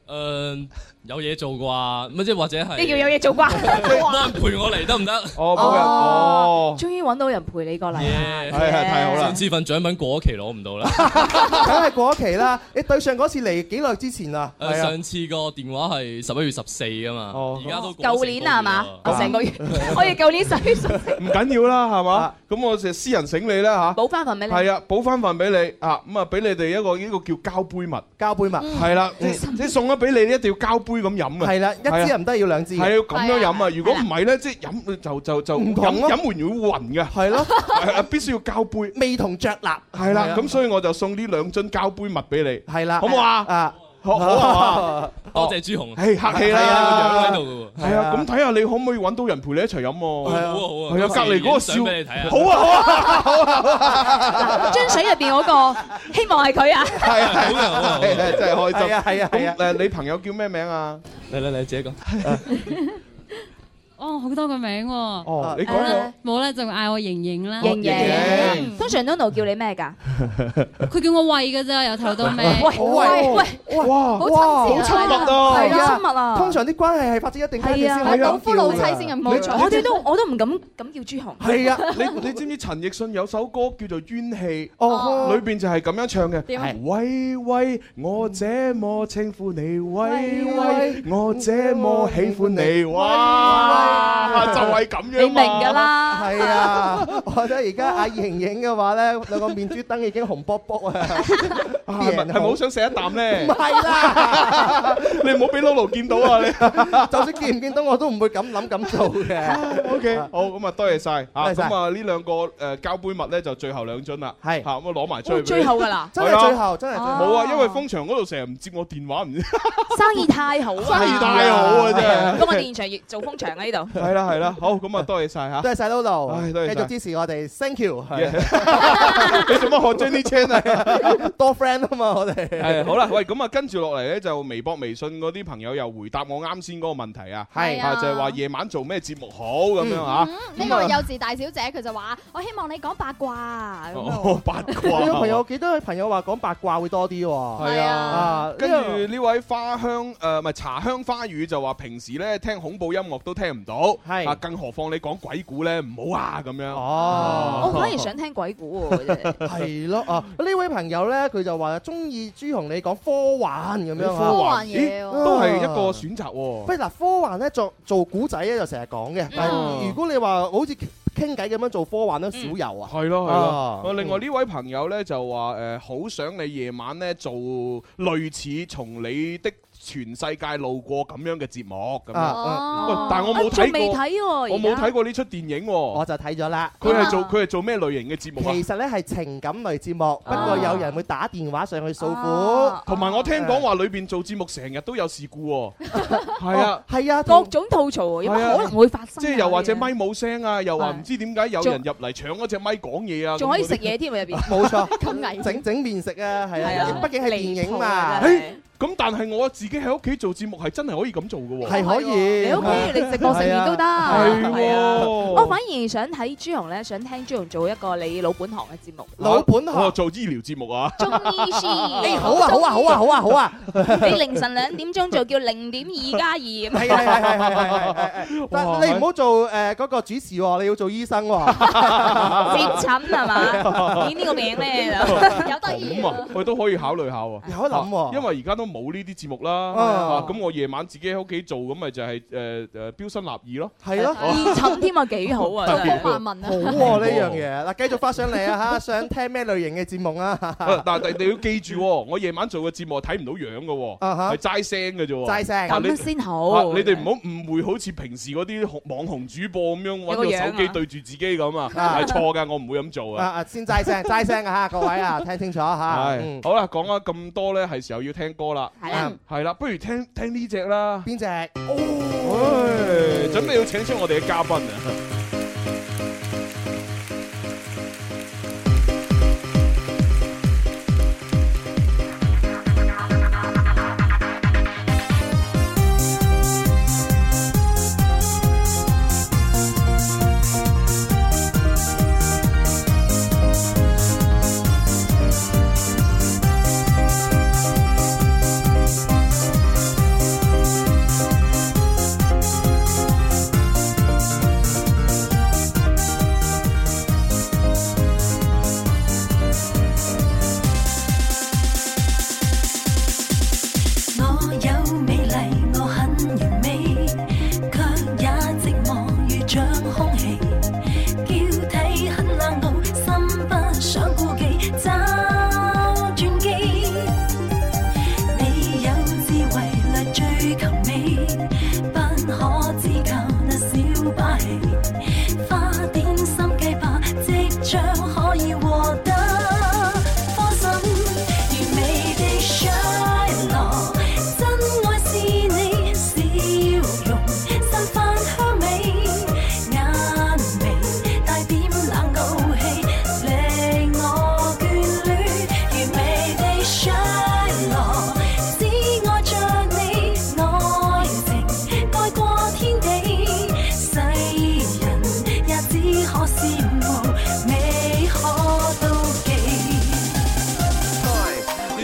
S15: 誒有嘢做啩，啊咪即係或者係
S11: 叫有嘢做 啩？
S15: 冇人陪我嚟得唔得？
S6: 哦，冇人哦，
S11: 終於揾到人陪你過嚟啊啦！
S15: 耶
S6: 係係太好啦
S15: 上！次份獎品過咗期攞唔到 啦。
S7: 梗係過期啦！你對上嗰次嚟幾耐之前啊？
S15: 誒上次個電話係十一月十四啊
S6: 哦
S15: 嘛，而家都過咗
S11: 舊年啊係嘛？啊
S15: 成個月啦
S11: 成個月，我哋舊年十月 十四
S6: 唔緊要啦，係嘛？咁我就私人醒你啦
S11: 補翻份俾
S6: 吓，
S11: 你。
S6: 係啊，補翻份俾你啊，咁啊俾你哋一個呢個叫交杯物，
S7: 交杯嘛，
S6: 係啦，即即送咗俾你，你一定要交杯咁飲嘅。
S7: 係啦，一支又唔得，要兩支。
S6: 係要咁樣飲啊！如果唔係咧，即係飲就就就
S7: 唔
S6: 飲
S7: 同咯
S6: 飲完要暈嘅，
S7: 係咯，
S6: 係啊必須要交杯。
S7: 味同嚼蠟。
S6: 係啦
S7: 係，啊
S6: 咁所以我就送呢兩樽交杯物俾你，
S7: 係啦，
S6: 好唔好啊？
S7: 啊，
S6: 好好啊嘛，
S15: 多謝朱紅，
S6: 唉客氣
S15: 係啊
S6: 啦
S15: 個樣喺。 度嘅喎。
S6: 係啊，咁睇下你可唔可以揾到人陪你一齊飲喎？
S7: 係啊
S15: 好啊好啊，
S6: 係啊，隔離嗰個
S15: 影相
S6: 笑
S15: 俾你睇下。
S6: 好啊好啊，
S11: 樽水入邊嗰個，希望係佢啊！
S6: 係啊係
S15: 好啊好
S6: 啊
S15: 啊，
S6: 係啊真係開心。
S7: 係啊係啊係啊
S6: 咁誒，你朋友叫咩名啊？
S15: 嚟嚟嚟，自己講。
S12: 哦，好多個名喎。哦
S6: 你講啊講
S12: 冇啦，就嗌我盈盈啦。
S11: 盈盈，通常 Nono 叫你咩㗎？
S12: 佢叫我喂嘅啫，由頭 到尾。
S7: 喂喂喂哇
S12: 好
S7: 哇
S12: 親切啊
S7: 係
S12: 係啊親密啊
S7: 通常啲關係係發展一定階段先
S11: 係啊
S7: 可以咁
S11: 老夫老妻
S7: 叫㗎
S11: 先咁冇錯我哋都我都唔敢咁叫朱紅。
S6: 係啊，你你知唔知陳奕迅有首歌叫做《冤氣》，
S11: 哦
S6: 裏邊就係咁樣唱嘅
S11: 點啊。
S6: 喂喂，我這麼稱呼你，喂
S5: 喂
S6: 喂，我這麼喜歡你，哇，就係咁樣嘛。
S7: 係啊，我覺得而家阿盈盈嘅話咧，兩個面珠燈已經紅卜卜啊！
S6: 啊係咪係咪好想食一啖咧？
S7: 唔係 啦，
S6: 你唔好俾 Lolo 見到啊！你
S7: 就算見唔見到我都唔會咁諗咁做嘅。
S6: O K，好咁啊，多謝晒啊！
S7: 多謝晒
S6: 咁啊，呢兩個誒交杯物咧就最後兩樽啦，係嚇咁啊攞埋出
S7: 哦
S6: 去俾你。
S7: 最後㗎啦真係
S6: 係啊
S7: 最後真係最後
S6: 冇啊！因為風場嗰度成日唔接我電 話，唔知
S11: 生意太好啊！
S6: 生意太好啊真係
S11: 咁我哋現場亦做風場啊呢度。
S6: 係啦係啦，好咁啊，多謝晒嚇，
S7: 多謝晒 Lolo，
S6: 唉多謝
S7: 繼
S6: 晒
S7: 續支持我哋，thank you。
S6: 你做乜學將啲 c h a n 啊？
S7: 多 friend 啊嘛，我哋
S6: 係好啦，喂，咁啊，跟住落嚟咧，就微博、微信嗰啲朋友又回答我啱先嗰個問題啊，
S1: 係
S6: 啊，
S1: 啊
S6: 就係話夜晚做咩節目好咁樣啊？
S1: 呢
S6: 咁啊
S1: 個 幼稚大小姐佢就話：我希望你講八卦啊咁樣。
S6: 哦，八卦。
S7: 我有朋友幾多朋友話講八卦會多啲喎。
S6: 係
S7: 啊
S6: 跟住呢位花香呃誒，唔係茶香花語就話平時咧聽恐怖音樂都聽唔到，係啊，更何況你講鬼故咧唔好啊咁樣。
S7: 哦
S11: 我反而想聽鬼故喎，真係
S7: 係咯啊！呢位朋友咧，佢就話中意朱紅你講科幻咁樣啊
S6: 科幻嘢
S7: 咦
S6: 都係一個選擇喎。
S7: 喂嗱，科幻咧做做古仔咧就成日講
S11: 嗯
S7: 嘅，但係如果你話好似傾偈咁樣做科幻都
S11: 嗯
S7: 少有啊。
S6: 係咯係
S7: 啊
S6: 咯，我另外呢位朋友咧就話誒，好想你夜晚咧做類似從你的全世界路過咁樣嘅節目咁
S7: 啊
S6: 樣。喂，但我冇
S11: 啊仲
S6: 睇
S11: 未
S6: 過，
S11: 睇喎，啊
S6: 我冇睇過呢出電影喎。我
S7: 就睇咗啦。
S6: 佢係做佢係做咩類型嘅節目啊
S7: 其？實咧係情感類節目，
S11: 啊
S7: 不過有人會打電話上去訴
S11: Ờ.
S7: 苦。
S6: 同埋我聽講話裏邊做節目成日都有事故 喎，係啊。
S7: 係啊，
S11: 各種吐槽喎，有
S6: 係啊
S11: 乜可能會發生啊？
S6: 即係又話隻咪冇聲啊，又話
S11: 係
S6: 唔知點解有人入嚟搶嗰隻咪講嘢啊，
S11: 仲可以
S6: 咁嗰
S11: 食
S6: 啲
S11: 嘢添喎入邊。
S7: 冇錯，
S11: 咁危險
S7: 整整面食啊，係
S11: 係
S7: 啊
S11: 啊，
S7: 畢竟係電影
S11: 離譜啊
S7: 嘛，
S11: 真係
S6: 誒咁但係我自己喺屋企做節目係真係可以咁做嘅喎，
S7: 係可以。
S11: 你屋企你直播成面都得，
S6: 係
S11: 係啊
S6: 喎
S11: 我反而想睇朱紅咧，想聽朱紅做一個你老本行嘅節目。
S7: 老本行
S6: 我做醫療節目啊，
S11: 中醫 師，
S7: 誒好啊好啊好啊好啊好啊！
S11: 你凌晨兩點鐘做叫零點二加二咁。
S7: 係係係係係係係，但你唔好做誒嗰個主持喎，你要做醫 生喎。
S11: 接診係 嘛？咦呢個名咧就有得意
S6: 咁啊，我都可以考慮下喎，
S7: 有得諗喎
S6: 啊因為而家都冇呢啲節目啦，
S7: 啊
S6: 啊咁我夜晚自己喺屋企做咁咪就係誒誒標新立異咯，
S7: 係 咯
S11: 熱診添啊，幾好啊！真係
S7: 好喎呢樣 嘢，嗱繼續發上嚟啊 嚇，想聽咩類型嘅節目啊？
S6: 啊但係你要記住喎，我夜晚做嘅節目係睇唔到樣嘅
S7: 啊哈
S6: 喎，係齋聲嘅啫喎，
S7: 齋聲
S6: 啊你
S11: 咁先好
S6: 啊你哋唔好誤會，好似平時嗰啲紅網紅主播咁樣揾
S11: 有個樣
S6: 個
S11: 啊
S6: 手機對住自己咁啊，
S7: 啊
S6: 係錯㗎，我唔會咁做
S7: 啊
S6: 啊。
S7: 啊先齋聲齋聲啊嚇，各位啊聽清楚嚇。嗯
S6: 係，好啦，講咗咁多咧，係時候要聽歌啦。
S11: 係啦，
S6: 係啦，不如聽聽呢只啦。
S7: 邊只？
S6: 唉準備要請出我哋嘅嘉賓啊！
S14: Hãy subscribe cho kênh Ghiền Mì Gõ Để không bỏ lỡ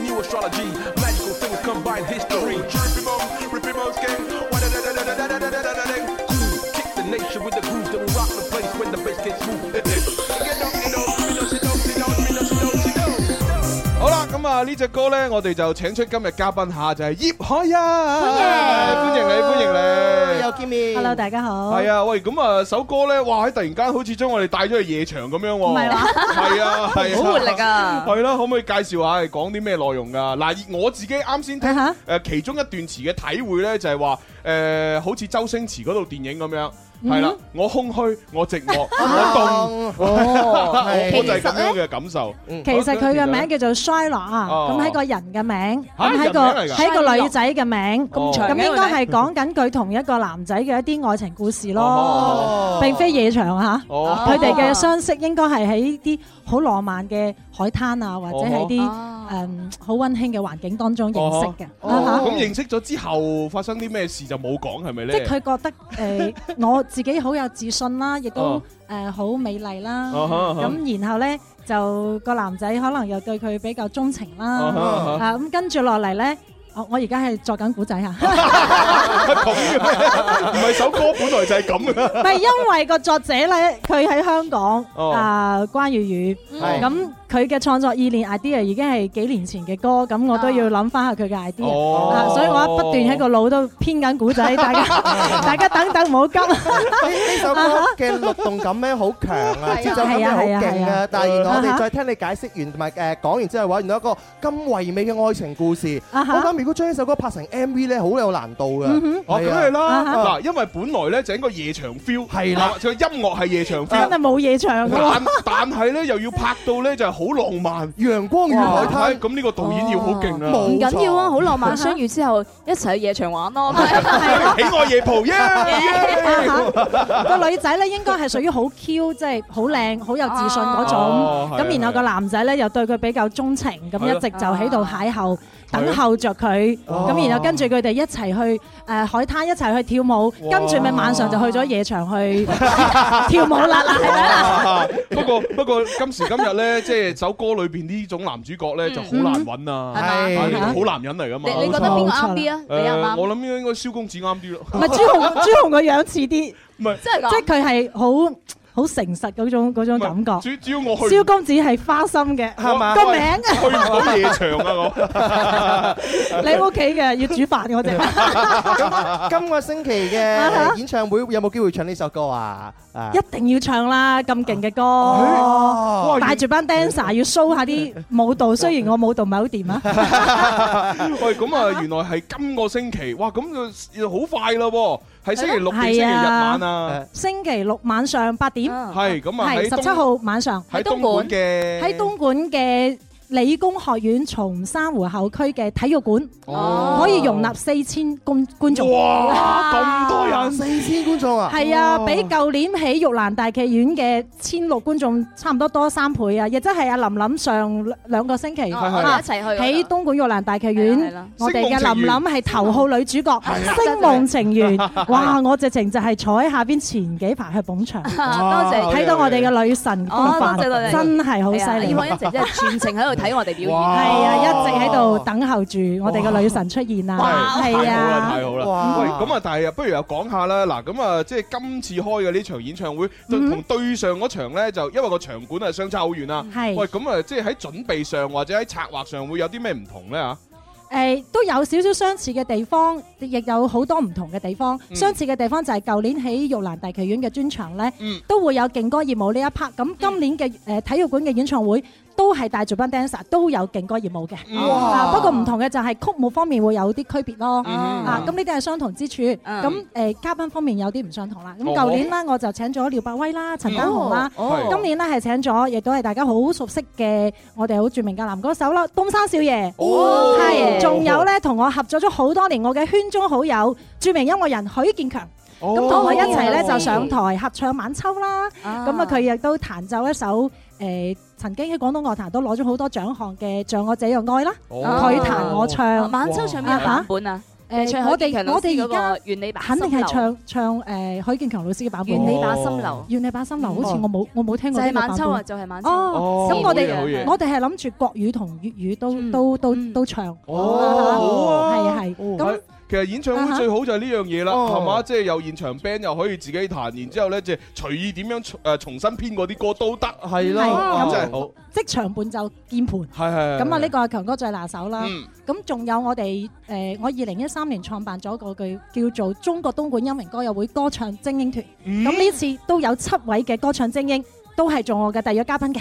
S16: magical thing will combine history. Trippy bones, rippy bones gang. Wa-da-da-da-da-da-da-da-da-da-ding. Cool. Kick the nation with the groove that will rock the place when the bass gets smooth.
S6: 好啦，咁啊呢只歌咧，我哋就請出今日嘉賓下就係葉海
S17: 哦
S6: 啊，歡迎你，歡迎你。
S7: 又見面。
S18: Hello，大家好。
S6: 係啊，喂，咁啊首歌咧，哇喺突然間好似將我哋帶咗去夜場咁樣喎。
S18: 唔係話
S6: 係啊，係啊。
S18: 好活力啊
S6: 係啦，可唔可以介紹下係講啲咩內容㗎？嗱，我自己啱先聽誒其中一段詞嘅體會咧，就係話誒好似周星馳嗰套電影咁樣。係啦，我空虛，我寂寞，我凍，
S18: 哦
S6: 我就係咁樣
S18: 其實
S6: 嘅感受。
S18: 其實佢嘅名叫做 Shylock 啊，
S6: 嗯哦
S18: 咁係一個人嘅名，
S6: 嚇
S18: 咁係一個
S6: 人名嚟㗎哦
S18: 係一個女仔嘅名，
S6: 咁長嘅
S18: 咁應該
S6: 個
S18: 係
S6: 名
S18: 講緊佢同一個男仔嘅一啲愛情故事
S6: 哦
S18: 咯，並非夜場嚇。
S6: 哦
S18: 佢哋嘅相識應該係喺啲好浪漫嘅海灘啊，或者係啲
S6: 哦
S18: 誒好温馨嘅環境當中認識嘅。啊嚇
S6: 咁認識咗之後發生啲咩事就冇講係咪
S18: 即
S6: 咧？
S18: 係佢覺得誒、我自己好有自信啦，亦都
S6: 哦
S18: 誒好、美麗啦。
S6: 啊哈啊哈
S18: 咁然後呢，就個男仔可能又對佢比較鍾情啦。
S6: 啊哈啊哈
S18: 啊咁跟住落嚟呢，我我而家係作緊古仔嚇，
S6: 咁嘅 咩？唔係首歌本來就係咁
S18: 唔
S6: 嘅。
S18: 係因為個作者呢，佢喺香港
S6: 哦
S18: 啊、關粵
S6: 係
S18: 語，咁佢嘅創作意念 idea 已經係幾年前嘅歌，咁我都要諗翻下佢嘅 idea，、
S6: 哦
S18: 啊所以我不斷喺個腦度編緊古仔， 大家大家等等唔好急。
S7: 呢首
S18: 啊
S7: 歌嘅律動感咧好強啊，節奏感咧好勁
S18: 係啊係啊係
S7: 啊
S18: 啊！
S7: 但係原來我哋
S18: 啊哈
S7: 再聽你解釋完同埋誒講完之後嘅話，原來一個咁唯美嘅愛情故事，我
S18: 啊哈嗯
S7: 諗如果將呢首歌拍成 MV 咧，好有難度㗎。
S6: 哦，
S7: 係
S6: 梗
S7: 啊
S6: 係啦，嗱，因為本來咧就應該夜場 feel，係
S7: 啦
S6: 佢音樂係夜場
S18: 真
S6: feel，
S18: 係冇嘢唱㗎喎
S6: 但但係咧又要拍到咧就係好浪漫，
S7: 陽光
S11: 與海灘
S6: 灘，咁呢個導演要好勁啦，
S11: 唔緊要啊，好浪漫，
S6: 喜
S11: 相遇之後一齊去夜場玩咯。
S6: 愛 夜蒲耶！
S18: 個女仔咧應該係屬於好 Q，即係好靚、好有自信嗰
S6: 哦
S18: 種。
S6: 係啊
S18: 咁然後個男仔咧又對佢比較鍾情，咁
S6: 係咯啊
S18: 一直就喺度邂逅，等候着佢。
S6: 哦
S18: 咁然後跟住佢哋一齊去誒海灘，一齊去跳舞。跟住咪晚上就去咗夜場 去 跳舞啦，係咪啊？
S6: 啊 不過不過今時今日咧，即係首歌裏邊呢種男主角咧就好難揾啊，
S11: 係嘛
S6: 啊呢個好男人嚟噶嘛。
S11: 你你覺得邊個啱啲啊？你啱唔
S6: 誒
S11: 啱？
S6: 我諗應該蕭公子啱啲咯。
S18: 唔係朱紅，朱紅個樣似啲，
S6: 唔係
S11: 真係㗎
S18: 即係佢係好好誠實嗰種嗰種感覺。
S6: 主主要我去
S18: 蕭公子係花心嘅，
S6: 係嘛
S18: 個名啊
S6: 去唔到夜場啊！
S18: 你屋企嘅要煮飯我 哋。
S7: 今個星期嘅演唱會有冇機會唱呢首歌啊？啊
S18: 啊一定要唱啦！咁勁嘅
S7: 哇
S18: 歌，帶住班 dancer 要 show 下啲舞 蹈。雖然我舞蹈唔係好掂啊，
S6: 我 喂，咁啊，原來係今個星期，哇，咁就好快啦喎，係星期六定星期日晚啊？
S18: 星期六晚上八點，
S6: 係咁啊喺
S18: 係
S6: 東
S18: 十七號晚上
S6: 喺東莞嘅
S18: 喺東莞嘅理工學院松山湖校區嘅體育館，
S6: 哦
S18: 可以容納四千觀觀眾。
S6: 哇咁多人
S7: 四千觀眾啊！
S18: 係啊，
S7: 哇
S18: 比舊年喺玉蘭大劇院嘅千六觀眾差唔多多三倍啊！亦即係阿林林上兩兩個星期
S11: 哦我哋
S18: 啊
S11: 一齊去嗰度
S18: 喺東莞玉蘭大劇
S11: 係啦係啦
S18: 院，我哋嘅林林係頭號女主角，
S6: 啊
S18: 《星夢情緣》哇！我直情就係坐喺下邊前幾排去捧 場，
S11: 多謝
S18: 睇到我哋嘅女神風
S11: 哦
S18: 範，
S11: 多謝多謝
S18: 真係好犀
S11: 係啊
S18: 利。
S11: 葉海一直真係全程喺度睇我哋表演，
S18: 係啊，一直喺度等候住我哋嘅女神出現啊！
S6: 係
S18: 係
S6: 哦太好啦，
S18: 啊，
S6: 太好啦！
S18: 哇
S6: 喂，咁啊，但係啊，不如又講下啦。嗱，咁啊，即係今次開嘅呢場演唱會，對
S18: 嗯
S6: 同對上嗰場咧，就因為個場館啊相差好遠啦。
S18: 係
S6: 喂，咁啊，即係喺準備上或者喺策劃上會有啲咩唔同啊咧？嚇，
S18: 誒都有少少相似嘅地方，亦有好多唔同嘅地方。
S6: 嗯
S18: 相似嘅地方就係舊年喺玉蘭大劇院嘅專場呢，
S6: 嗯
S18: 都會有勁歌熱舞呢一 part。咁今年嘅誒、
S11: 嗯
S18: 呃體育館嘅演唱會都係帶住班 dancer，都有勁歌熱舞嘅。
S11: 哇
S18: 啊不過唔同嘅就係曲目方面會有啲區別咯。
S11: 嗯
S18: 啊，咁呢啲係相同之處。咁誒、呃嘉賓方面有啲唔相同啦。咁
S11: 哦
S18: 舊年啦，我就請咗廖百威啦、陳丹紅啦。
S11: 哦哦
S18: 今年呢係請咗，亦都係大家好熟悉嘅我哋好著名嘅男歌手啦，東山少爺。
S11: 哦
S18: 係，仲有咧同我合作咗好多年，我嘅圈中好友、著名音樂人許建強。
S11: 哦
S18: 咁同我一齊咧就上台合唱《晚秋》啦，
S11: 啊
S18: 咁啊佢亦都彈奏一首誒曾經喺廣東樂壇都攞咗好多獎項嘅《像我這樣愛》啦，
S11: 哦
S18: 佢彈我唱
S11: 晚秋上邊有
S18: 啊
S11: 版本啊？
S18: 誒
S11: 你唱
S18: 誒，
S11: 許
S18: 我
S11: 建
S18: 哋
S11: 強老
S18: 我
S11: 師
S18: 哋
S11: 嗰
S18: 而
S11: 個
S18: 家
S11: 願你把
S18: 肯定
S11: 心
S18: 係
S11: 流
S18: 唱唱誒許建強老師嘅版本。
S11: 願你把心流
S18: 願你把心流，好似
S11: 哦
S18: 我冇我冇聽過
S11: 就
S18: 呢
S11: 係
S18: 個版
S11: 晚
S18: 本。
S11: 秋啊就係
S18: Ờ,
S11: 晚秋
S18: 哦，
S11: 哦
S18: 咁我
S11: 好嘢
S18: 哋
S11: 好嘢
S18: 我哋係諗住國語同粵語都都都都唱。
S6: 哦好啊
S18: 係係咁。啊
S6: 其實演唱會最好就係呢樣嘢啦，
S18: 啊哈
S6: 係嘛？即係有現場 band 又可以自己彈，然之後咧即係隨意點樣誒重新編嗰啲歌都得，係
S18: 啦係咁
S6: 真係好，
S18: 即場伴奏鍵盤。
S6: 係係。係
S18: 咁啊，呢個係強哥最拿手啦
S6: 嗯。
S18: 咁仲有我哋誒，我二零一三年創辦咗個句叫做中國東莞音樂歌友會歌唱精英團。咁呢次都有七位嘅歌唱精英，都係做我嘅特約嘉賓嘅。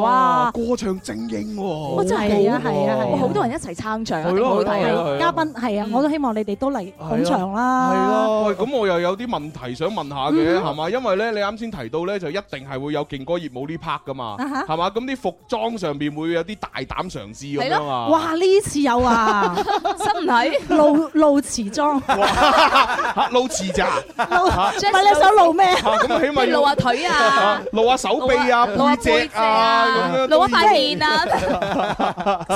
S6: 哇！歌唱精哦英喎，
S18: 我真係係啊係啊係啊，
S11: 好多人一齊撐場，
S6: 係
S11: 一定好
S6: 咯
S11: 好
S6: 係
S11: 睇
S6: 咯係咯係
S11: 啊！
S6: 咯
S18: 嘉賓係啊，我都希望你哋都嚟捧場啦。
S6: 係咯，喂，咁我又有啲問題想問下嘅，
S18: 嗯
S6: 係嘛？因為咧，你啱先提到咧，就一定係會有勁歌熱舞呢 part 噶嘛，
S18: 啊哈
S6: 係嘛？咁啲服裝上邊會有啲大膽嘗試咁
S18: 係
S6: 樣啊？
S18: 咯，哇！呢次有啊，
S11: 身體
S18: 露露臍裝，
S6: 嚇！露臍咋？
S18: 露
S6: 嚇
S18: 唔係你想露咩？
S6: 啊咁起碼要
S11: 露下腿啊，
S6: 露下手臂啊，
S11: 露下
S6: 背脊啊，咁樣
S11: 露一塊面啊！
S18: 啊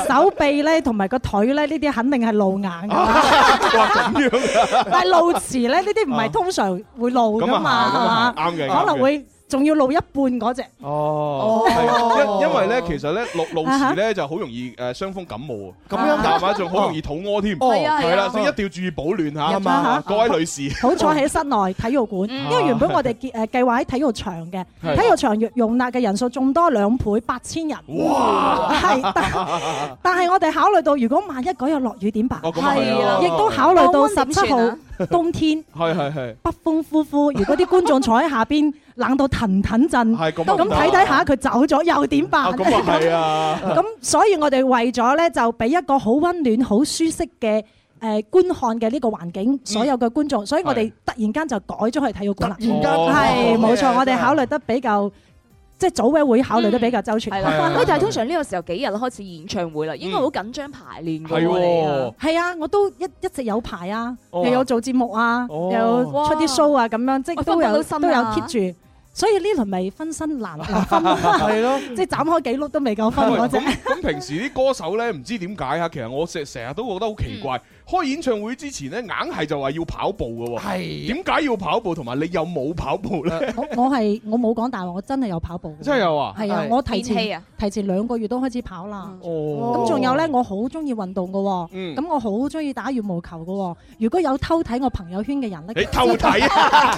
S18: 手臂咧同埋個腿咧，呢啲肯定係露眼
S6: 啊
S18: 噶。
S6: 咁樣
S18: 但係露臍咧，呢啲唔係通常會露噶嘛，
S6: 啊咁
S18: 係嘛
S6: 啊？係咁啊係啱嘅
S18: 可能會仲要露一半嗰只。
S6: 哦，係啊因因為咧，其實咧露露
S18: 啊哈
S6: 臍咧就好容易誒傷風感冒啊，
S18: 咁樣㗎
S6: 係嘛？仲好容易肚屙添，
S18: 哦係啊係啊
S6: 係啦，所以一定要注意保暖嚇，
S18: 入啦嚇
S6: 各位女士。
S18: 好彩喺室內體育館，
S6: 嗯
S18: 因為原本我哋計誒計劃喺體育場嘅，
S6: 係
S18: 體育場容容納嘅人數仲多兩倍，八千人。
S6: 哇！
S18: 係，但但係我哋考慮到，如果萬一嗰日落雨點辦？
S6: 哦咁啊係啊
S18: 亦都考慮到十七
S6: 降溫點
S18: 號冬天。
S6: 係係係。
S18: 北風呼呼，如果啲觀眾坐喺下邊，冷到騰騰震，
S6: 咁啊
S18: 咁睇睇下佢走咗又點辦？
S6: 咁啊係啊，
S18: 咁所以我哋為咗咧就俾一個好温暖、好舒適嘅。誒觀看嘅呢個環
S6: 嗯
S18: 境，所有嘅觀眾，所以我哋突然間就改咗去體育館啦。突
S11: 然間
S18: 係
S11: 哦
S18: 冇錯，
S11: 哦
S18: 我哋
S6: 啊
S18: 考慮得比較，即係組委會考慮得比較周全。
S11: 係啦，
S6: 啊
S11: 嗯喂，但係通常呢個時候幾日開始演唱會啦，
S6: 嗯
S11: 應該好緊張排練㗎
S18: 係
S11: 喎
S18: 喎
S11: 你啊。
S18: 係啊，我都一一直有排啊，
S11: 哦
S18: 又有做節目啊，
S11: 哦
S18: 又有出啲 show 啊，咁樣即
S6: 哦
S18: 係都
S11: 我分唔
S18: 有
S11: 到心啊
S18: 都有 keep 住。所以呢輪咪分身 難難分
S6: 係咯
S18: 即係斬開幾碌都未夠分
S6: 喂
S18: 嗰 隻。
S6: 咁咁平時啲歌手咧，唔知點解啊？其實我成成日都覺得好奇
S18: 嗯
S6: 怪，開演唱會之前咧，硬係就話要跑步嘅喎。係點解要跑步？同埋你有冇跑步咧？
S18: 我我係我冇講大話，我真係有跑步。
S6: 真係有啊
S18: 係啊
S6: 係，
S18: 我提
S11: 練氣
S18: 前
S11: 啊
S18: 提前兩個月都開始跑啦。
S6: 哦
S18: 咁仲有咧，我好中意運動嘅喎，
S6: 嗯
S18: 咁我好中意打羽毛球嘅喎。如果有偷睇我朋友圈嘅人咧，
S6: 你偷 睇啊？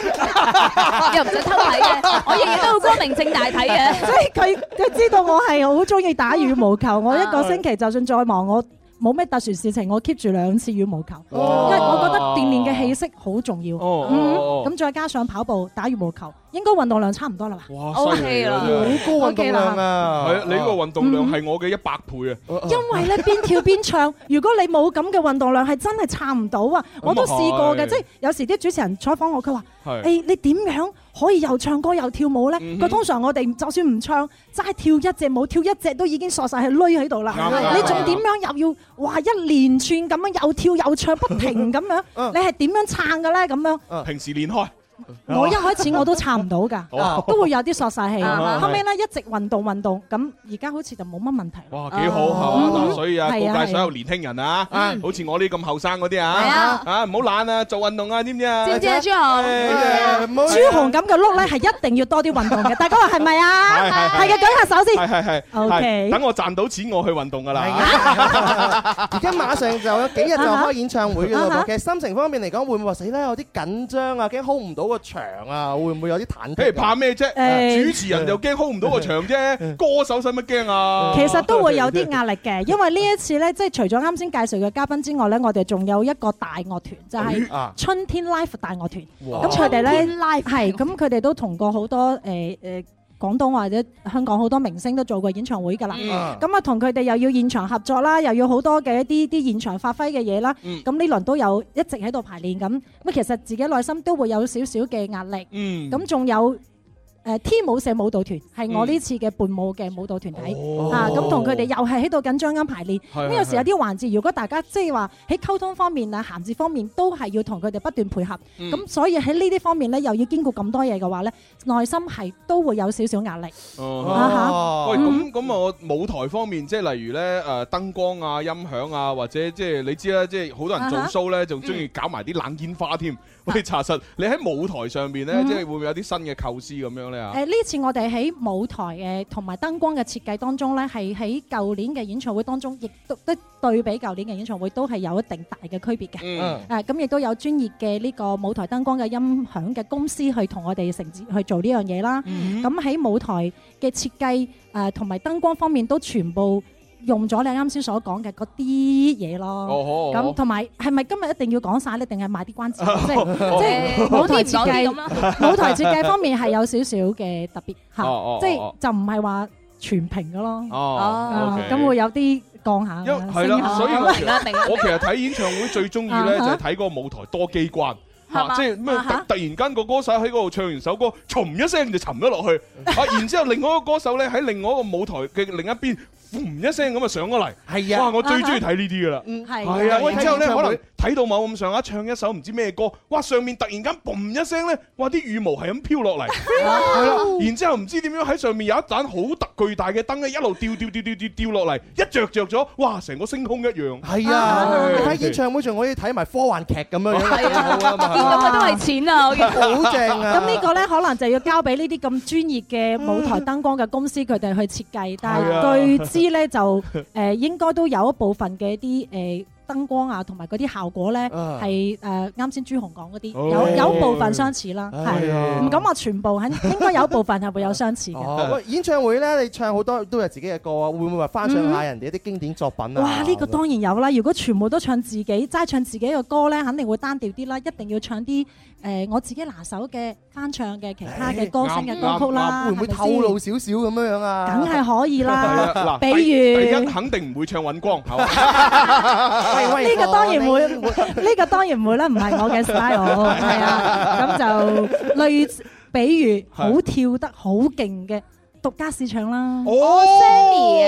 S11: 又唔使偷睇 嘅，我日日都好光明正大睇嘅。
S18: 所以佢佢知道我係好中意打羽毛球，
S6: 啊
S18: 我一個星期就算再忙，我冇咩特殊事情，我 keep 住兩次羽毛球，因為我覺得鍛鍊嘅氣息好重要。
S6: 哦
S18: 嗯
S6: 哦哦
S18: 咁再加上跑步、打羽毛球，應該運動量差唔多啦吧？
S6: 哇犀利啊真係
S7: 好高運動量啊
S6: 係啊，你呢個運動量係我嘅一百倍啊！
S18: 因為 咧邊跳邊唱，如果你冇咁嘅運動量，係真係撐唔到啊！我都試過嘅，
S6: 係
S18: 即係有時啲主持人採訪我，佢話：
S6: 係
S18: 誒你點樣可以又唱歌又跳舞咧？佢通常我哋就算唔唱，齋跳一隻舞，跳一隻都已經索晒係攣喺度啦
S14: 啱啱。
S18: 你仲點樣又要哇一連串咁樣又跳又唱，不停咁樣，你係點樣撐嘅咧？咁樣。
S6: 平時練開，
S18: 我一開始我都撐唔到
S6: 哦
S18: 㗎，都會有啲索晒氣。
S6: 啊
S18: 後尾咧一直運動運動，咁而家好似就冇乜問題啦。
S6: 哇幾好係嘛？嗱，所以啊，告
S18: 係啊
S6: 誡
S18: 係
S6: 所有年輕人啊，好似我呢咁後生嗰啲
S18: 係
S6: 啊
S18: 啊，
S6: 啊唔好懶啊，做運動啊，知唔知啊？哎
S18: 知唔知啊朱紅
S6: 紅
S18: 哎朱紅咁嘅碌咧係一定要多啲運動嘅，大家話係咪啊？
S6: 係係
S18: 係嘅，舉下手先。
S6: 係係係
S18: OK
S6: 係等我賺到錢，我去運動㗎啦。
S7: 而家馬上就有幾日就開演唱會嘅
S6: 啊
S7: 啦
S6: 哈
S7: 喎。其實心情方面嚟講，會唔會話死咧有啲緊張啊？驚 hold 唔到個場啊？會唔會有啲忐忑？
S6: 譬如怕咩啫？
S18: 誒
S6: 主持人又驚 hold 唔到個場啫，歌手使乜驚啊？
S18: 其實都會有啲壓力嘅，因為呢一次咧，即係除咗啱先介紹嘅嘉賓之外咧，我哋仲有一個大樂團，就
S6: 嗯
S14: 啊
S18: 係春天 Life 大樂團。
S14: 哇
S18: 咁佢哋
S14: 春
S18: 咧
S14: 天
S18: 係咁，佢哋都同過好多誒誒廣東或者香港好多明星都做過演唱會㗎啦。
S14: 嗯
S18: 咁啊，同佢哋又要現場合作啦，又要好多嘅一啲啲現場發揮嘅嘢啦。
S14: 嗯
S18: 咁呢輪都有一直喺度排練咁，咁其實自己內心都會有少少嘅壓力。
S6: 嗯
S18: 咁仲有。誒、誒天舞社舞蹈團係我呢次嘅伴舞嘅舞蹈團體啊，咁同佢哋又係喺度緊張咁排練。
S19: 係
S18: 咁有時有
S19: 係
S18: 啲環節，如果大家即係話喺溝通方面啊、閒置方面，都係要同佢哋不斷配合。
S19: 嗯
S18: 咁所以喺呢啲方面咧，又要兼顧咁多嘢嘅話咧，內心係都會有少少壓力。
S7: 啊
S6: 哦，喂，
S18: 嗯
S6: 咁咁我舞台方面，即係例如咧誒燈光啊、音響啊，或者即係你知啦，即係好多人做
S18: 啊哈
S6: show 咧，仲中意搞埋啲冷煙花添。喂，查實你喺舞台上邊咧，
S18: 嗯
S6: 即係會唔會有啲新嘅構思咁樣咧啊？
S18: 誒呢次我哋喺舞台誒同埋燈光嘅設計當中咧，係喺舊年嘅演唱會當中，亦都都對比舊年嘅演唱會都係有一定大嘅區別嘅。
S19: 嗯
S18: 誒咁亦都有專業嘅呢個舞台燈光嘅音響嘅公司去同我哋承接去做呢樣嘢啦。
S19: 嗯
S18: 咁喺舞台嘅設計誒同埋燈光方面都全部。用咗你啱先所講嘅嗰啲嘢
S19: 哦好
S18: 咯，
S19: 好好
S18: 咁同埋係咪今日一定要講晒咧？定係賣啲關子？
S19: 哦
S18: 即係
S19: 哦
S18: 即係
S19: 哦
S18: 舞台設
S19: 講
S18: 計
S19: 啲唔講啲咁啦
S18: 舞台設計方面係有少少嘅特別嚇
S6: 哦哦，
S18: 即
S6: 哦
S18: 係就唔係話全屏嘅咯。
S6: 哦
S18: 啊
S6: OK
S18: 咁會有啲降下
S6: 因
S18: 聲
S6: 係
S18: 音
S6: 啦，
S18: 啊
S6: 所以我其
S18: 明啦明啦
S6: 實我其實睇演唱會最中意咧，就
S18: 啊哈
S6: 係睇個舞台多機關。
S18: 係嘛
S6: 嚇！即係咩？
S18: 啊
S6: 突
S18: 哈
S6: 突然間個歌手喺嗰度唱完首歌，沉一聲就沉咗 落去，啊！然之後另外一個歌手咧喺另外一個舞台嘅另一邊，嘣一聲咁啊上咗嚟。
S7: 係啊
S6: 哇！我最中意
S7: 啊哈
S6: 睇呢啲噶啦。
S7: 嗯係啊
S6: 係啊，
S7: 我
S6: 然之後咧
S7: 睇演唱會
S6: 可能睇到某咁上下唱一首唔知咩歌，哇！上面突然間嘣一聲咧，哇！啲羽毛係咁飄落嚟，係啦。然之後唔知點樣喺上面有一盞好特巨大嘅燈咧，一路吊吊吊吊吊吊落嚟，一着着咗，哇！成個星空一樣。
S7: 係啊，你睇演唱會仲可以睇埋科幻劇咁樣樣，
S6: 係啊
S7: 好啊嘛
S6: 見到
S18: 佢都係錢
S11: 啊
S7: 我見好正啊！
S18: 咁呢個咧，可能就要交俾呢啲咁專業嘅舞台燈光嘅公司佢哋去設計，但
S19: 係啊
S18: 係據知咧就誒應該都有一部分嘅啲誒燈光啊，同埋嗰啲效果咧
S19: 啊
S18: 係誒啱先朱紅講嗰啲，
S19: 哦
S18: 有有部分相似啦，係
S7: 係啊
S18: 唔敢話全部，肯應該有部分係會有相似
S7: 哦，
S18: 嘅
S7: 喂。演唱會咧，你唱好多都有自己嘅歌啊，會唔會話翻唱下
S18: 嗯
S7: 人哋一啲經典作品啊？
S18: 哇！呢個當然有啦，如果全部都唱自己，齋唱自己嘅歌咧，肯定會單調啲啦。一定要唱啲誒我自己拿手嘅翻唱嘅其他嘅歌星嘅歌曲啦，
S7: 會唔會
S18: 係咪
S7: 透
S18: 先
S7: 露少少咁樣樣啊？
S18: 梗係可以
S6: 係
S18: 啦
S6: 啊。
S18: 比
S6: 嗱，第第一
S18: 如
S6: 肯定唔會唱尹光，係嘛？
S18: 呢個當然會，呢個當然唔會啦，唔係我嘅 style，係啊。咁就類似，比如好跳得好勁嘅獨家試唱啦。
S6: 哦 Sammy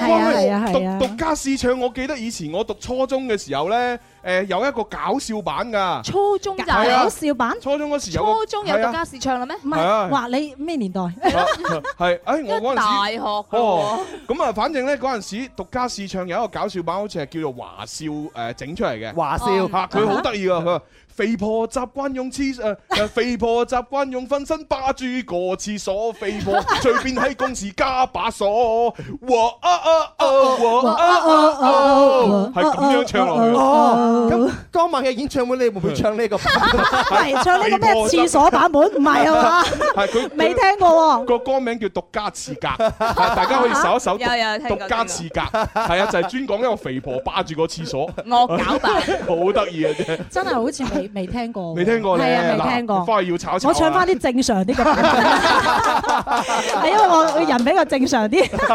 S18: 係啊係啊係啊
S6: 獨獨家試唱，我記得以前我讀初中嘅時候咧，誒有一個搞笑版㗎。
S11: 初中就
S6: 係啊
S18: 搞笑版，
S6: 初中嗰時有個
S11: 初中有獨家試唱啦咩？
S18: 唔
S6: 係啊
S18: 係話你咩年 代？
S6: 係，誒我嗰陣時
S11: 大學㗎喎
S6: 哦，咁啊，反正咧嗰陣時獨家試唱有一個搞笑版，好似係叫做華少誒整出嚟嘅。
S7: 華少哦
S6: 嚇，佢好得意㗎，佢話肥婆習慣用廁誒 誒，肥婆習慣用分身霸住個廁所，肥婆 隨便喺公廁加把鎖，哇啊啊啊哇啊啊啊，係咁樣唱落去。
S7: 哦，咁當晚嘅演唱會你會唔會唱呢個版本？
S18: 係唱呢個咩廁所版本？唔係啊嘛，
S6: 係佢
S18: 未聽過喎。
S6: 個歌名叫《獨家刺格》， 係大家可以搜一搜《
S11: 啊有有
S6: 獨
S11: 聽過
S6: 獨家刺格》，係啊，就係專講一個肥婆霸住個廁所，
S11: 惡搞吧，
S6: 好得意啊！真係
S18: 真係好似未未聽過喎，
S6: 未聽過咧，
S18: 係啊，未
S6: 嗱
S18: 聽過。
S6: 翻去要炒炒啊。
S18: 我唱翻啲正常啲嘅 版本，係因為我人比較正常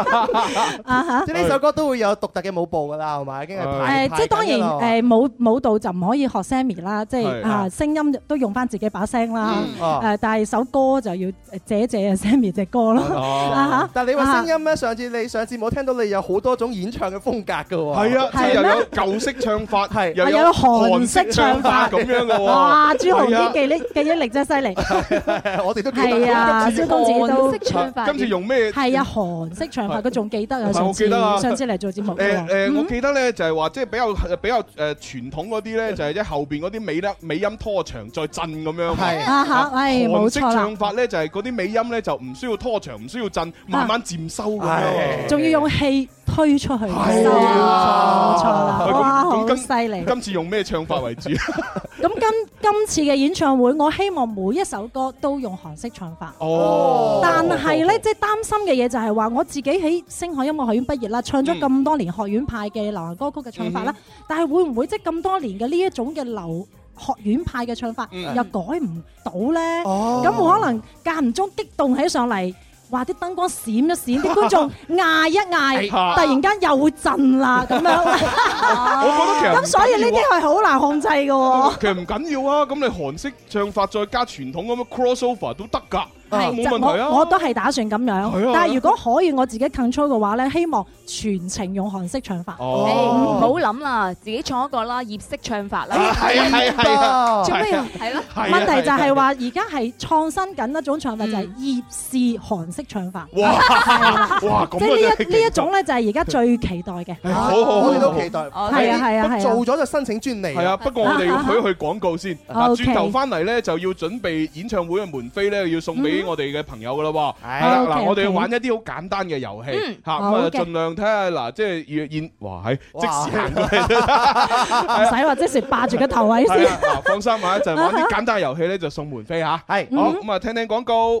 S18: 啲啊嚇。
S7: 即係呢首歌都會有獨特嘅舞步㗎啦，係咪？已經係排
S18: 誒，即係當然誒舞舞蹈就唔可以學 Sammy 啦，即係
S7: 係
S18: 啊聲音都用翻自己把聲啦
S7: 嗯。哦
S18: 誒，但係首歌就要誒借借 Sammy 隻歌咯。啊嚇
S7: 但係你話聲音咧，上次你上次冇聽到你有好多種演唱嘅風格㗎喎。
S18: 哦
S6: 係啊，即係又有舊式唱法，係又
S18: 啊
S6: 有
S18: 有韓式唱法
S6: 咁樣嘅喎。
S18: 哇！朱紅
S6: 係
S18: 啲
S6: 啊
S18: 記憶記憶力真係犀利。
S7: 我哋都記得
S18: 係啊，
S7: 今次
S18: 蕭公子都
S7: 韓式唱法
S6: 今次用咩
S18: 係啊，韓式唱法佢仲記得啊！
S6: 係
S18: 上
S6: 我
S18: 次
S6: 記得啊
S18: 上次嚟做節目嗯嘅
S6: 誒
S18: 喎
S6: 誒，我記得咧就係話，即係比較比較誒傳統嗰啲咧，就係即係後邊嗰啲尾咧尾音拖長再震咁樣。
S7: 係
S18: 啊嚇唉
S6: 韓
S18: 冇
S6: 式
S18: 錯啦
S6: 唱法咧就係嗰啲尾音咧就唔需要拖長，唔需要
S18: 啊
S6: 震，慢慢漸收咁樣。
S18: 仲要用氣推出去，冇錯
S6: 啊
S18: 冇錯啦，
S6: 喂咁
S18: 哇，
S6: 咁
S18: 好
S6: 今
S18: 犀利！
S6: 今次用咩唱法為主？
S18: 咁今今次嘅演唱會，我希望每一首歌都用韓式唱法。
S6: 哦
S18: 但係咧，即係擔心嘅嘢就係話，我自己喺星海音樂學院畢業啦，唱咗咁多年學院派嘅流行歌曲嘅唱法啦，
S19: 嗯
S18: 但係會唔會即係咁多年嘅呢一種嘅流學院派嘅唱法、
S19: 嗯哦
S18: 又改唔到咧？咁我可能間唔中激動起上嚟。話啲燈光閃一閃，啲 觀眾嗌一嗌，
S19: 哎呀
S18: 突然間又會震 啦咁樣。
S6: 我覺得其實唔緊要啊
S18: 咁所以呢啲係好難控制嘅喎。
S6: 其實唔緊要啊，咁你韓式唱法再加傳統咁樣 crossover 都得㗎。啊
S18: 係
S6: 冇
S18: 就
S6: 問題啊
S18: 我我都係打算咁
S6: 係啊
S18: 樣。但係如果可以我自己 control 嘅話咧，希望全程用韓式唱法。
S6: 哦
S11: 唔好諗啦，自己創一個啦，葉式唱法啦，
S6: 係啊係啊 係啊
S11: 做咩啊？
S6: 係
S11: 係咯，
S18: 問題就係話而家係創新緊一種唱法，就係葉氏韓式唱法。
S6: 嗯
S18: 啊
S6: 哇哇咁啊
S18: 即係呢
S6: 真係
S18: 一呢一種咧，就係而家最期待嘅。
S6: 好好好
S7: 我哋都期待。
S18: 好係啊係啊係啊
S7: 做咗就申請專利。
S6: 係啊，不過我哋要去一去廣告先。
S7: 啊
S6: 嗱，
S7: ，OK
S6: 轉頭翻嚟咧就要準備演唱會嘅門飛咧，要送俾我哋嘅朋友噶啦喎。係啦，嗱，
S5: OK，OK
S6: 我哋要玩一啲好簡單嘅遊戲
S5: 嗯
S6: 嚇，
S5: 好
S6: 咁
S5: 嘅
S6: 啊，盡量睇下嗱，即係要現哇係即
S5: 哇
S6: 時行過嚟，
S18: 啊唔使話即時霸住個頭位先
S6: 係。啊嗱放心啊，就玩啲簡單嘅遊戲咧，就送門飛嚇。係好
S18: 嗯
S6: 咁啊，聽聽廣告。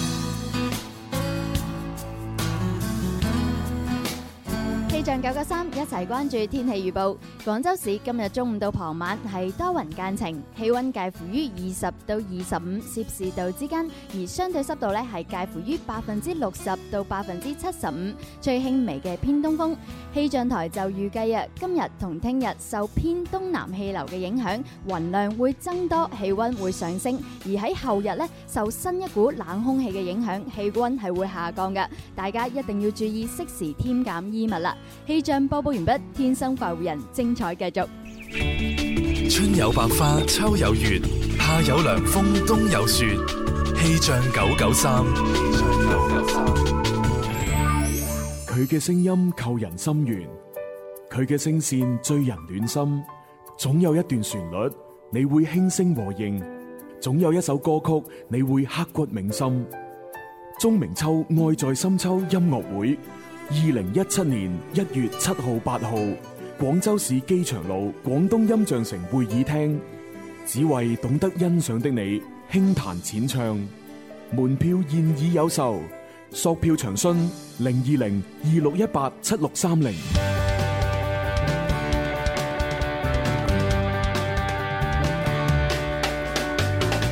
S1: 氣象九九三一齊關注天氣預報。廣州市今日中午到傍晚係多雲間晴，氣温介乎於二十到二十五攝氏度之間，而相對濕度咧係介乎於百分之六十到百分之七十五，最輕微嘅偏東風。氣象台就預計啊，今日同聽日受偏東南氣流嘅影響，雲量會增多，氣温會上升。而喺後日咧，受新一股冷空氣嘅影響，氣温係會下降嘅，大家一定要注意適時添減衣物啦。氣象播報完畢，天生快活人，精彩繼續。
S2: 春有百花，秋有月，夏有涼風，冬有雪。氣象九九三，
S3: 佢嘅聲音扣人心弦，佢嘅聲線醉人暖心。總有一段旋律你會輕聲和應，總有一首歌曲你會刻骨銘心。鍾明秋愛在深秋音樂會，二零一七年一月七號、八號，廣州市機場路廣東音像城會議廳，只為懂得欣賞的你輕彈淺唱。門票現已有售，索票詳詢零二零二六一八七六三零。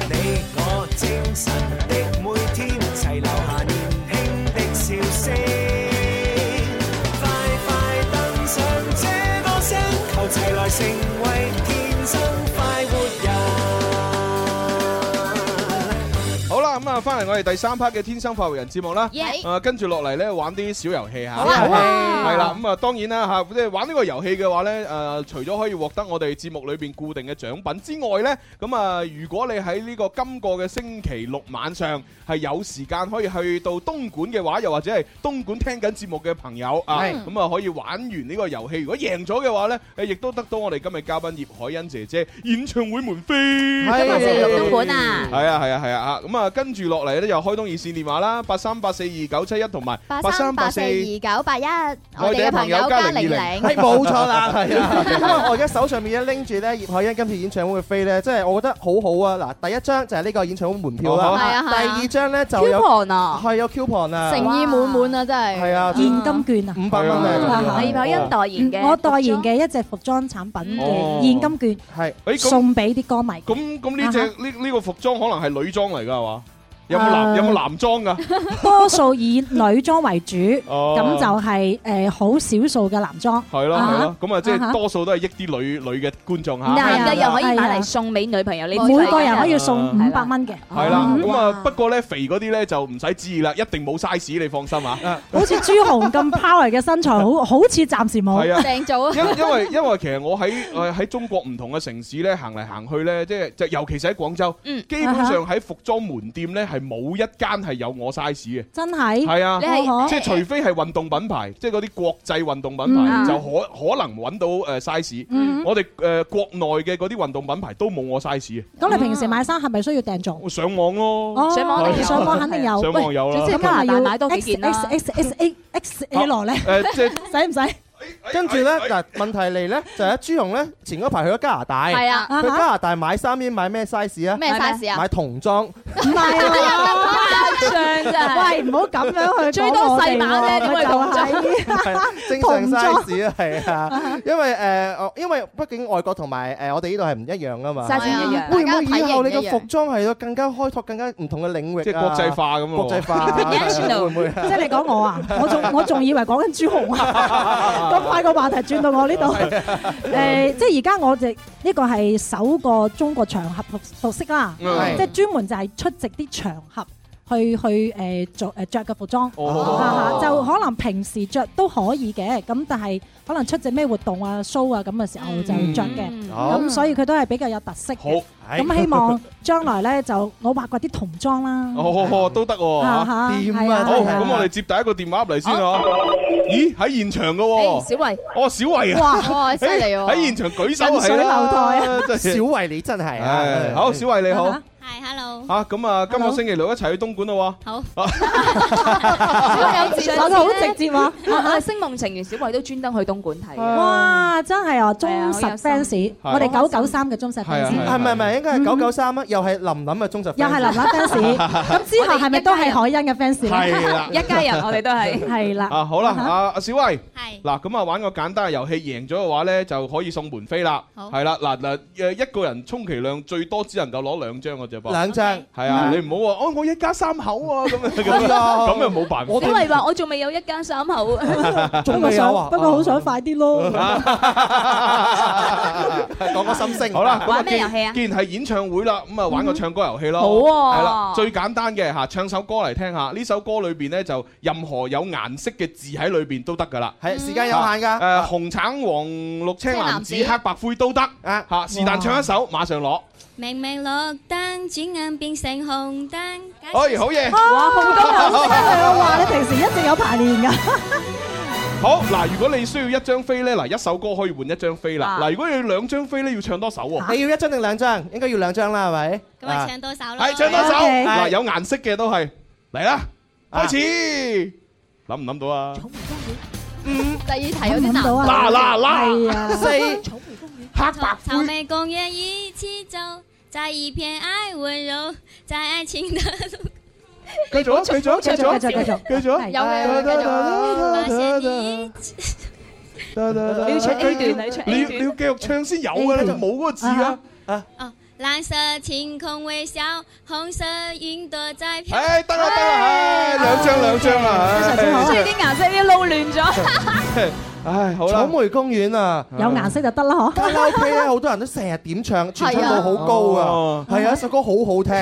S14: 你我精神的每天，齊留下年輕的笑聲。快快登上這歌聲，求齊來成為天生快活人。
S6: 好啦，咁啊，翻嚟我哋第三 part 嘅天生快活人節目啦
S14: Yeah。
S6: 啊，跟住落嚟咧，玩啲小遊戲嚇。
S14: 好啊好啊
S6: 係啦，咁啊，當然啦嚇，即係玩呢個遊戲嘅話咧，誒，除咗可以獲得我哋節目裏邊固定嘅獎品之外咧，咁啊，如果你喺呢個今個嘅星期六晚上係有時間可以去到東莞嘅話，又或者係東莞聽緊節目嘅朋友啊，
S5: 係
S6: 咁啊可以玩完呢個遊戲。如果贏咗嘅話咧，誒，亦都得到我哋今日嘉賓葉海欣姐姐演唱會門飛。
S5: 今日星期六東莞啊
S6: 係啊係啊係啊啊！咁啊，跟住落嚟咧就開通熱線電話啦，八三八四二九七一同埋
S1: 八三八四二九八一，我哋嘅朋友加零零，
S7: 係冇錯 啦，係啊！因為我而家手上面咧拎住咧葉海欣今次演唱會嘅飛咧，即係我覺得好好啊！嗱，第一張就係呢個演唱會門票
S1: 哦係
S7: 啦
S1: 啊係，啊
S7: 第二張咧就有
S1: coupon 啊
S7: 係有 coupon 啊，
S1: 誠意滿滿啊，真係。
S7: 係啊，
S18: 現金券啊，
S7: 五百蚊啊，
S18: 係嗯我代言嘅一隻服裝產品
S6: 哦
S18: 嘅現金券，
S7: 係
S6: 誒咁
S18: 送俾啲歌迷。
S6: 咁咁呢只
S18: 啊
S6: 呢呢個服裝可能係女裝嚟㗎係嘛？有冇
S18: 啊
S6: 男有冇男裝㗎？
S18: 多數以女裝為主，
S6: 哦
S18: 咁就係誒好少數嘅男裝。
S6: 係咯係咯，咁啊即
S18: 啊
S6: 係
S18: 哈
S6: 多數都係益啲女女嘅觀眾嚇。
S11: 男嘅又可以
S18: 係啊
S11: 買嚟送俾女朋友，你知
S18: 每個
S11: 㗎
S18: 人可以
S6: 啊
S18: 送五百蚊嘅。
S6: 係啦，咁啊不過咧肥嗰啲咧就唔使知啦，一定冇 size，你放心啊。
S18: 好似朱紅咁 power 嘅身材，好好似暫時冇
S6: 係啊。因因為因為其實我喺誒喺中國唔同嘅城市咧行嚟行去咧，即係就尤其是喺廣州，
S11: 嗯
S6: 基本上喺服裝門店咧係冇一間係有我 size 嘅。
S18: 真係
S6: 係啊，
S18: 你係
S6: 即係除非係運動品牌，即係嗰啲國際運動品牌
S18: 嗯
S6: 就可可能揾到誒 size
S18: 嗯。
S6: 我哋誒國內嘅嗰啲運動品牌都冇我 size 嘅。
S18: 咁你平時買衫係咪需要訂做？
S6: 嗯上網咯，
S18: 哦上網一定有上網肯定有
S6: 上網有啦。
S18: 咁啊要
S11: 買多幾件啦
S18: X X X X X L 咧？
S6: 啊 誒即係
S18: 使唔使？
S7: 跟住咧，嗱問題嚟咧，就係朱紅咧前嗰排去咗加拿大，
S1: 係啊
S7: 去加拿大買衫應買咩 size 啊？
S1: 咩 size 啊
S7: 買童裝，
S18: 唔 係啊，
S11: 誇張真係
S18: 喂，唔好咁樣去
S11: 最多細碼啫點會童裝
S7: 係正常 size 啊，係啊，因為誒，我因為畢竟外國同埋誒我哋呢度係唔一樣噶嘛，
S11: size 唔一樣
S7: 會唔會
S11: 大家睇
S7: 以後你
S11: 型唔一
S7: 嘅
S11: 樣
S7: 服裝係更加開拓更加唔同嘅領域啊？
S6: 即係國際化咁喎
S7: 國際化
S18: International
S7: 會唔會啊？
S18: 即係你講我啊，我仲我仲以為講緊朱紅啊，咁快個話題轉到我呢度。 誒，即係而家我哋呢個係首個中國場合服服飾啦，
S14: 嗯
S18: 即係專門就係出席啲場合。去去誒做誒著嘅服裝，
S14: 哦
S18: 啊就可能平時着都可以嘅，咁但係可能出席咩活動啊、show 啊咁嘅時候就着嘅，
S14: 嗯好
S18: 咁所以佢都係比較有特色嘅。
S6: 好
S18: 咁希望將來咧就我挖掘啲童裝啦。
S6: 哦，都得喎，
S18: 啊
S6: 嚇
S18: 哈掂啊係啊
S6: 好，
S18: 係啊
S6: 咁我哋接第一個電話入嚟先啊。咦，喺現場嘅喎，
S11: 小哎維，
S6: 哦，小維啊，
S11: 哇哇犀利喎
S6: 喺喺現場舉手
S7: 近水
S6: 係啦
S7: 樓台啊
S6: 真係
S7: 小維你真係啊
S6: 係好，小維你好，
S7: 啊
S12: 係，hello，
S6: 啊，咁啊，今個星期六一齊去東莞咯
S12: 好，
S18: 講得好
S11: 有
S18: 直接喎
S11: 啊！星夢情緣小慧都專登去東莞睇。啊
S18: 哇！真係啊，忠實 fans，
S7: 好
S18: 我哋
S7: 有
S18: 九九三嘅忠實
S7: 係
S18: fans，
S7: 啊，唔係唔係，應該係九九三啊，又係林林嘅忠實 fans，
S18: 又係林立 fans。咁 之後係咪都係海欣嘅 fans 咧？
S6: 係啦一
S11: 家人我哋都係
S18: 係
S6: 喎。啊，
S18: 啦。
S6: 好啦，
S18: 啊
S6: 啊，阿小維，嗱，咁啊，玩個簡單嘅遊戲，贏咗嘅話咧，就可以送門飛啦。
S12: 好
S6: 係啦，嗱嗱，誒，一個人充其量最多只能夠攞兩張嘅啫噃。
S7: 兩張
S6: 係啊，
S7: 嗯
S6: 你唔好話，哦，我一家三口啊，咁樣咁
S7: 係啊
S6: 咁又冇辦法。
S11: 小慧話：我仲未有一家三口。啊
S7: 仲未有啊
S18: 不過好想快啲咯。
S7: 講個心聲。
S6: 好啦，咁啊
S11: 玩咩遊戲啊
S6: 既然係演唱會啦，咁啊玩個唱歌遊戲咯。
S11: 好喎
S6: 係啦，最簡單嘅嚇，唱首歌嚟聽下。呢首歌裏邊咧就任何有顏色嘅字喺裏邊都得㗎啦。啊
S7: 係時間有限㗎
S6: 誒，紅橙黃綠青藍紫黑白灰都得。啊嚇，是但唱一首，馬上攞。
S12: 明明綠燈，轉眼變成紅燈。
S6: 哎，好嘢！
S18: 哇，好多人識啊！我話你平時一直有排練㗎。
S6: 好嗱，如果你需要一張飛咧，嗱一首歌可以換一張飛啦。
S7: 啊
S6: 嗱，如果你要兩張飛咧，要唱多首喎。
S7: 你要一張定兩張？應該要兩張啦，係
S12: 咁
S7: 咪？
S6: À.
S12: 咪唱多首咯。
S6: 係唱多首。
S7: OK
S6: 嗱，有顏色嘅都係嚟啦，開始。諗唔諗到啊？
S12: 第二題有啲難。
S6: 啦啦啦係啊
S7: 四
S6: 黑白
S12: 草莓公園一起走，在一片愛温柔，在愛情的路。
S6: 繼續啊，繼續啊，
S12: 繼續
S6: 繼續
S12: 啊
S6: 啊，
S12: 繼續繼續
S6: 繼續啊。
S12: 有嘅有嘅繼續啊發現你
S6: 你
S12: 要唱 A 段你唱 A 段
S6: 你要你要繼續唱先有嘅咧，就冇嗰個字啊。啊，
S12: 藍色晴空微笑，紅色雲朵在飄。
S6: 哎，得啦得啦，
S11: à.
S6: 唉，兩張兩張啊，
S11: 所以
S6: 唉
S11: 啲顏色啲撈亂咗。
S6: 唉，好啦，
S7: 草莓公園啊，
S18: 有顏色就得啦，嗬。
S7: 卡拉 OK 咧，好多人都成日點唱，傳唱度好高啊
S6: 哦，
S7: 係啊，一首歌好好 聽。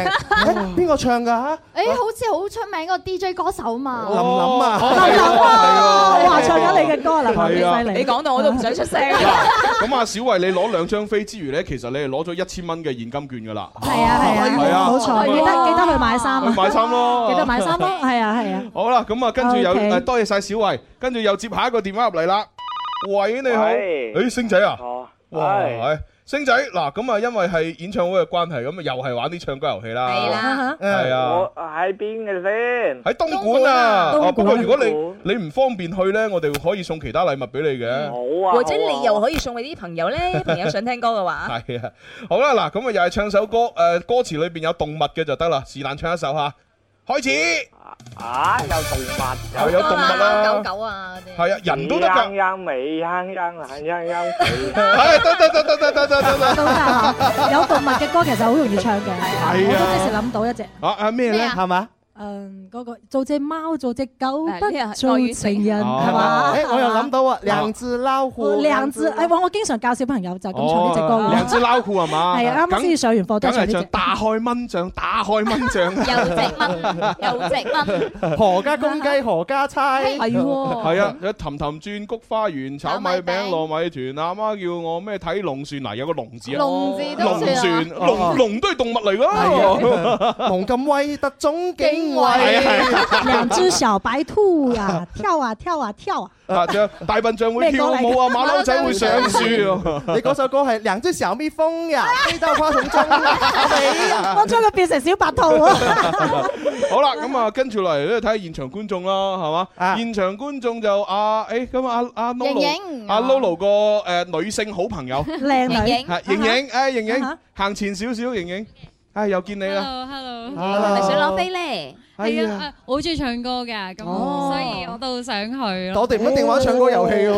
S7: 誒邊個唱㗎嚇？
S1: 誒，好似好出名嗰個 DJ 歌手嘛，
S7: 林林啊，
S6: 林林啊
S18: 哇！唱緊你嘅歌啦，
S6: 係啊
S18: 犀利。
S11: 你講到我都唔想出聲。
S6: 咁啊，小慧，你攞兩張飛之餘咧，其實你係攞咗一千蚊嘅現金券噶啦。
S18: 係啊係啊，
S6: 係啊
S18: 冇錯，記得記得去買衫啊，
S6: 去買衫咯
S18: 記得買衫咯，係啊係啊。
S6: 好啦，咁啊，跟住有
S18: OK
S6: 誒，多謝晒小慧，跟住又接下一個電話入嚟啦。喂，你好，
S19: 喂
S6: 誒，星仔啊，哇，
S19: 係
S6: 係星仔，嗱，咁啊，因為係演唱會嘅關係，咁啊，又係玩啲唱歌遊戲啦。
S19: 係啦
S6: 係啊
S19: 我。喺邊嘅先？
S6: 喺東
S19: 東
S6: 莞啊，
S19: 莞啊
S6: 哦不過如果
S19: 東莞
S6: 你你唔方便去咧，我哋可以送其他禮物俾你嘅。好
S11: 或者你又可以送俾啲朋友咧，朋友想聽歌嘅話。
S6: 係啊，好啦，嗱，咁啊又係唱首歌，誒、歌詞裏邊有動物嘅就得啦，是但唱一首吓，開始。
S19: 啊，有動物，
S6: 又有動物啦狗
S19: 狗啊，
S6: 係啊人都得㗎
S19: 鶯鶯美鶯鶯懶鶯鶯肥，
S6: 係得得得得得得得得
S18: 都得啊有動物嘅歌其實好容易唱嘅，我都即時諗到一隻，
S6: 啊啊咩
S18: 咩
S6: 咧？
S18: 啊
S7: 係嘛？
S18: 誒嗰個做只貓做只狗
S11: 誒
S18: 不
S11: 呢個係
S18: 做
S11: 愛與
S18: 情人係嘛？
S7: 誒，我又諗到啊，
S18: 係嘛
S7: 兩隻老
S18: 哦
S7: 虎，
S18: 兩隻，誒我我經常教小朋友就咁唱呢隻歌
S6: 哦兩隻
S18: 喎。
S6: 撈褲係嘛？
S18: 係啊啱啱先上完課都係
S6: 梗
S18: 唱呢
S6: 係
S18: 隻
S6: 唱打開蚊帳，打開蚊 帳。
S11: 有隻蚊，
S7: 何家公雞何家差，
S11: 係
S18: 哦
S11: 喎
S6: 係啊，有氹氹轉菊花園、炒米餅、糯米團。阿媽叫我咩睇龍船嗱，有個龍字啊。
S1: 龍字都
S6: 龍
S1: 算啊
S18: 哦啊
S6: 船，龍龍都係動物嚟㗎。
S7: 龍咁威特種警精
S6: 啊
S7: 衛
S18: 兩隻小白兔呀， 跳啊跳啊跳啊！
S6: 啊，仲有大笨象會跳舞啊，馬騮仔會上樹啊。
S7: 你 嗰首歌係兩隻小蜜蜂呀，飛到花叢中。
S18: 我將佢變成小白兔啊！
S6: 好啦，咁啊，跟住落嚟咧，睇下現場觀眾啦，係嘛？現場觀眾就啊，誒咁啊，阿 Lulu，阿 Lulu 個誒女性好朋友，
S18: 靚女
S6: 係瑩瑩，誒瑩瑩，行前少少，瑩瑩，唉，又見你啦。啊
S20: Hello，
S6: Hello 係咪想攞飛
S20: 咧
S6: 係
S20: 係
S6: 啊
S20: 啊，我好中意唱歌㗎，咁所以我都好想去咯。
S7: 我哋唔一定玩唱歌遊戲喎。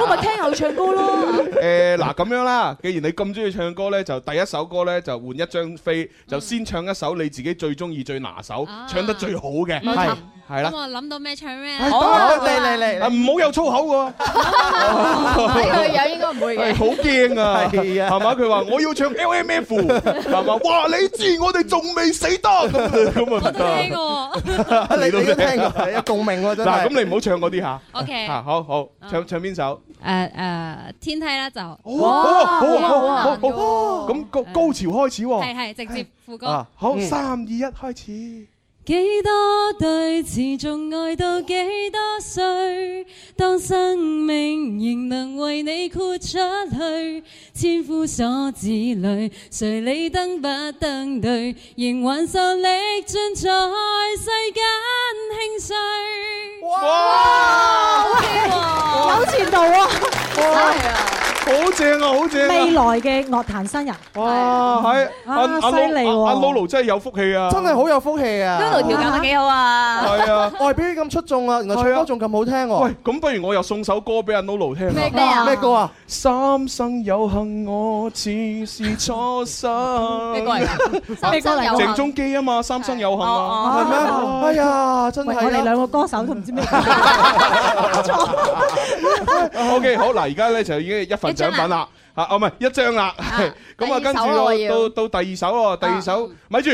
S11: 我咪聽後唱歌
S18: 啊
S11: 咯。
S6: 啊誒嗱咁樣啦，既然你咁中意唱歌咧，就第一首歌咧就換一張飛，就先唱一首你自己最中意、最拿手、唱得最好嘅，
S20: 冇錯
S6: 係啦
S20: 咁。我諗到咩唱咩
S6: 好
S20: 啊。
S6: 嚟，啊唔好有粗口喎。係好驚啊，
S7: 係啊
S6: 係嘛？佢話我要唱 L M F，係嘛？哇！你知我哋仲未死得咁咁啊，
S20: 聽過
S6: 得
S7: 你都聽過，有共鳴喎，真
S6: 嗱，
S7: 係。
S6: 咁你唔好唱嗰啲嚇。
S20: OK
S6: 嚇好好唱唱邊首？
S20: 誒誒天梯啦就。
S6: 好啊好啊好啊好啊
S20: 好啊！
S6: 咁高高潮開始喎。
S20: 係係直接副歌。
S6: 啊好，三二一，開始。
S20: 幾多對持續愛到幾多歲？當生命仍能為你豁出去，千夫所指裏，誰理登不登對？仍還受力盡在世間輕碎。
S18: 哇有前途啊！
S6: 好正啊，好正啊！
S18: 未來嘅樂壇新人，
S6: 哇，係阿
S18: 啊
S6: 阿
S18: 犀利喎
S6: 阿 Lulu 真係有福氣啊！
S7: 真係好有福氣啊
S11: Lulu 調教得幾好啊！
S6: 係啊！
S7: 外表咁出眾啊，原來唱
S6: à.
S7: 歌仲咁好聽喎
S6: 喂。，咁不如我又送首歌俾阿 Lulu 聽啊
S7: 咩歌啊咩歌啊？
S6: 三生有幸，我似是初 生。
S7: 咩歌 嚟㗎咩歌嚟㗎
S6: 鄭中基啊嘛，三生有幸啊。
S7: 係
S6: Ờ.
S7: 咩？哎呀，真係
S18: 喂
S7: 啊
S18: 我哋兩個歌手都唔知 咩。
S6: O K，好嗱，而家咧就已經一份獎品啦，嚇哦唔係一張啦， 咁啊
S7: 第二
S6: 跟
S7: 首咯我要
S6: 住到到第二首喎，第二首咪住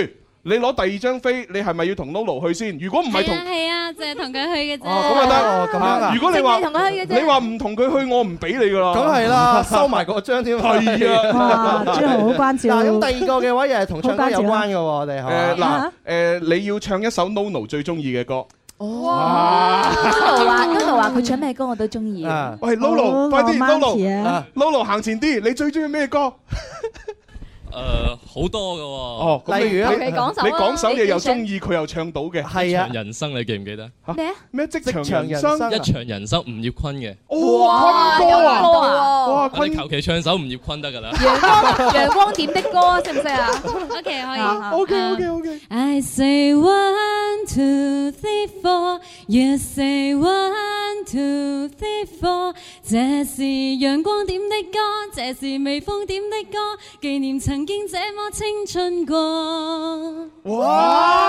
S6: 你攞第二張飛，你係咪要同 Lulu 去先？如果唔係
S20: 係
S6: 同
S20: 啊係啊，就係同佢去嘅啫。
S6: 哦咁啊
S7: 哦
S6: 得，
S7: 咁樣啊
S6: 啊如果你話
S20: 淨係同佢去嘅啫
S6: 你話唔同佢去，我唔俾你噶啦。
S7: 梗係啦，收埋嗰張添。
S6: 係 啊哇
S18: 朱紅好關照
S7: 嗱，咁第二個嘅話又係同唱
S18: 啊
S7: 歌有關嘅喎，我哋係
S6: 誒
S7: 嘛
S6: 嗱誒，你要唱一首 Nono 最中意嘅歌。
S11: 啊 Lulu 話 Lulu 話佢唱咩歌我都中意。
S6: 啊喂，Lolo，快啲，Lolo，啊，Lolo 行前啲，你最中意咩歌？
S15: 誒好多嘅喎。
S6: 哦，咁你
S7: 例如啊
S6: 你
S7: 求其講首啊
S6: 你講首嘢又
S7: 你最
S6: 中意，佢又唱到嘅。
S7: 係
S15: 場人生你記唔記得？
S11: 咩啊？
S6: 咩職
S7: 職場人生啊
S15: 一場人生，吳業坤嘅。
S6: 哇，
S11: 有
S6: 坤哥
S11: 歌
S6: 啊，哇，
S11: 啊！
S15: 我哋求其唱首吳業坤得㗎啦。
S11: 陽光 陽 光點的歌識唔識啊
S20: OK，可以。
S6: OK OK OK。
S20: I say one two three four, you say one two three four。這是陽光點的歌，這是微風點的歌，紀念曾經這麼青春過。
S7: 哇！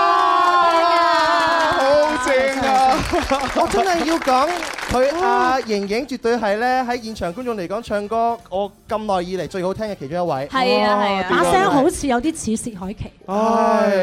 S6: 好正啊！
S7: 我真係要講
S18: 哦
S7: 佢阿盈盈絕對係咧喺現場觀眾嚟講唱歌，我咁耐以嚟最好聽嘅其中一位。
S18: 係
S6: 哦
S18: 啊係啊，
S7: 哇
S18: 把聲好似有啲似薛凱琪，
S6: 唉，